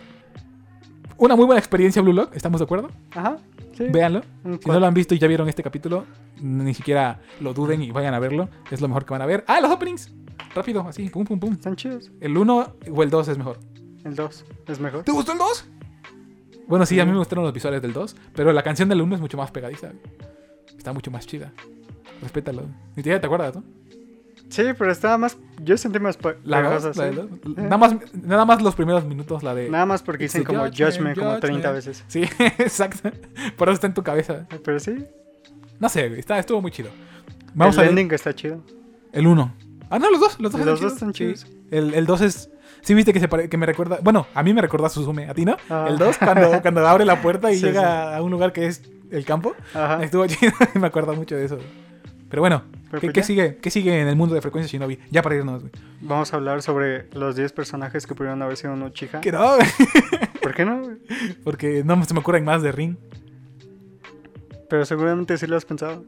A: una muy buena experiencia Blue Lock, ¿estamos de acuerdo?
B: Ajá. Sí.
A: Véanlo.
B: Un
A: Si no
B: cuatro.
A: lo han visto y ya vieron este capítulo, ni siquiera lo duden y vayan a verlo. Es lo mejor que van a ver. Ah, los openings. Rápido, así, pum, pum, pum.
B: Están chidos.
A: El 1 o el 2 es mejor.
B: El 2 es mejor.
A: ¿Te gustó el 2? Bueno, sí, a mí
B: Sí.
A: me gustaron los visuales del 2, pero la canción del 1 es mucho más pegadiza. Está mucho más chida. Respétalo. Ni siquiera te acuerdas, ¿no?
B: Sí, pero estaba más. Yo sentí más. pa-
A: La
B: pegajosa,
A: 2, la
B: sí. Eh,
A: del 2. Nada más, nada más los primeros minutos, la de.
B: Nada más porque dicen
A: Sí,
B: como
A: judgment,
B: judgment como 30
A: judgment.
B: veces.
A: Sí, exacto. Por eso está en tu cabeza.
B: Pero sí,
A: No sé, güey, está, estuvo muy chido. Vamos
B: el
A: a ver
B: ending está chido.
A: el 1. Ah, no, los dos. Los dos,
B: Los dos
A: están
B: están
A: chidos.
B: chidos.
A: Sí. El, el 2 es. Sí, viste que, se pare- que me recuerda. Bueno, a mí me recuerda a Suzume, a ti, ¿no?
B: Ah.
A: El 2, cuando, cuando abre la puerta y
B: Sí,
A: llega
B: sí.
A: a un lugar que es el campo.
B: Ajá.
A: Estuvo chido y me acuerdo mucho de eso. Pero bueno,
B: Pero
A: ¿qué,
B: pues
A: qué
B: ya.
A: sigue, ¿qué sigue en el mundo de Frecuencia Shinobi? Ya para irnos, güey.
B: Vamos a hablar sobre los 10 personajes que pudieron haber sido un Uchiha.
A: Que no, güey,
B: ¿Por qué no?
A: porque no se me ocurren más de Ring,
B: Pero seguramente sí lo has pensado.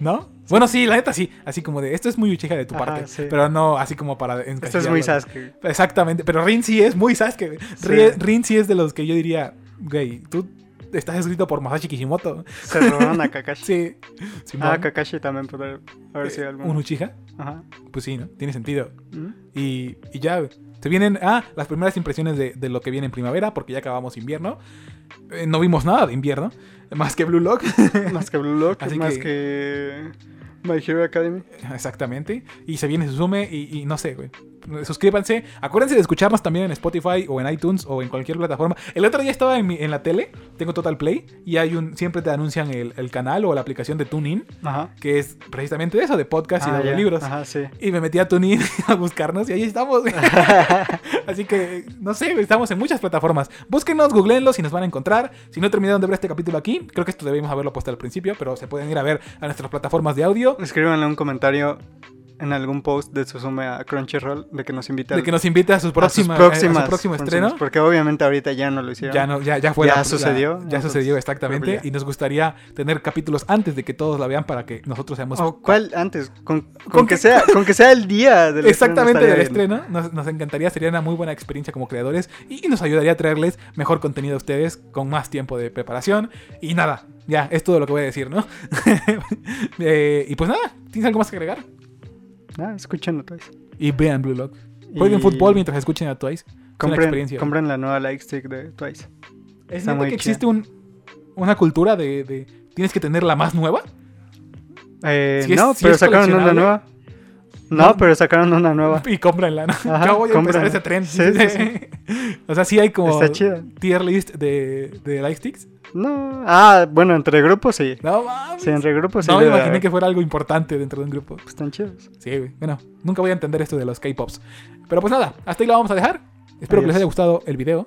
A: ¿no? Bueno, sí, la neta sí. Así como de, esto es muy Uchiha de tu
B: Ajá,
A: parte.
B: sí.
A: Pero no así como para
B: Esto es muy
A: encasillarlo.
B: Sasuke.
A: Exactamente, pero Rin sí es muy Sasuke. güey.
B: Sí.
A: Rin, Rin sí es de los que yo diría, güey, tú estás escrito por Masashi Kishimoto.
B: Se robaron a Kakashi.
A: Sí. Eh, Simón,
B: ah, Kakashi también podría haber sido
A: ¿Un
B: alguno.
A: Uchiha?
B: Ajá.
A: Pues sí, ¿no? Tiene sentido.
B: ¿Mm?
A: Y, y ya, güey. se vienen ah, las primeras impresiones de, de lo que viene en primavera, porque ya acabamos invierno. Eh, no vimos nada de invierno, más que Blue Lock.
B: Más que Blue Lock,
A: Así
B: más
A: que-
B: que... My Hero Academy.
A: Exactamente. Y se viene Susume y, y no sé, güey. Suscríbanse. Acuérdense de escucharnos también en Spotify o en iTunes o en cualquier plataforma. El otro día estaba en, mi- en la tele, tengo Total Play, y hay un siempre te anuncian el, el canal o la aplicación de TuneIn,
B: Ajá.
A: que es precisamente eso, de podcast
B: Ah,
A: y de
B: ya.
A: libros.
B: Ajá, sí.
A: Y me metí a TuneIn a buscarnos y ahí estamos. güey. Así que, no sé, güey, estamos en muchas plataformas. Búsquenos, googleenlos y nos van a encontrar. Si no terminaron de ver este capítulo aquí, creo que esto debimos haberlo puesto al principio, pero se pueden ir a ver a nuestras plataformas de audio.
B: Escríbanle un comentario en algún post de Suzume a Crunchyroll de que nos invita
A: De que nos invite a su próxima, eh, a su próximo
B: funciones,
A: estreno.
B: Porque obviamente ahorita ya no lo hicieron.
A: Ya, no, ya, ya fue
B: Ya
A: la-
B: sucedió,
A: la- ya
B: entonces,
A: sucedió, exactamente.
B: pues ya.
A: Y nos gustaría tener capítulos antes de que todos la vean para que nosotros seamos
B: ¿O cuál antes? Con, con
A: ¿Con
B: que
A: qué?
B: sea, con que sea el día del
A: Exactamente
B: estreno.
A: del
B: estaría bien.
A: estreno. Nos, nos encantaría, sería una muy buena experiencia como creadores y, y nos ayudaría a traerles mejor contenido a ustedes con más tiempo de preparación. Y nada, ya, es todo lo que voy a decir, ¿no? Eh, y pues nada, ¿tienes algo más que agregar?
B: Ah, escuchen a Twice.
A: Y vean Blue Lock. Jueguen
B: Y
A: fútbol mientras escuchen a Twice. Es una
B: Compren,
A: experiencia.
B: compren la nueva like stick de Twice.
A: ¿Es
B: está
A: neta
B: muy
A: que
B: chida.
A: existe un- una cultura de, de tienes que tener la más nueva?
B: Eh,
A: Si es-
B: no,
A: si
B: pero
A: es
B: sacaron una
A: coleccionable.
B: nueva. No,
A: No.
B: pero sacaron una nueva.
A: Y cómprenla, ¿no?
B: Ajá,
A: Yo voy a empezar
B: cómprenla.
A: ese tren.
B: Sí, sí,
A: o sea, sí hay como
B: Está chida.
A: tier list de, de lightsticks.
B: No. Ah, bueno, entre grupos sí.
A: No mames.
B: Sí, entre grupos sí.
A: no me
B: debe
A: imaginé
B: haber.
A: que fuera algo importante dentro de un grupo.
B: Pues están chidos.
A: Sí, güey. Bueno, nunca voy a entender esto de los K-pops. Pero pues nada, hasta ahí lo vamos a dejar. Espero que les
B: Adiós.
A: haya gustado el video.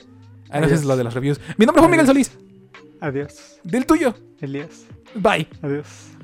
A: Ah, no, eso es
B: Adiós.
A: lo de las reviews. Mi nombre fue Miguel Solís,
B: Adiós.
A: del tuyo.
B: Elías.
A: Bye.
B: Adiós.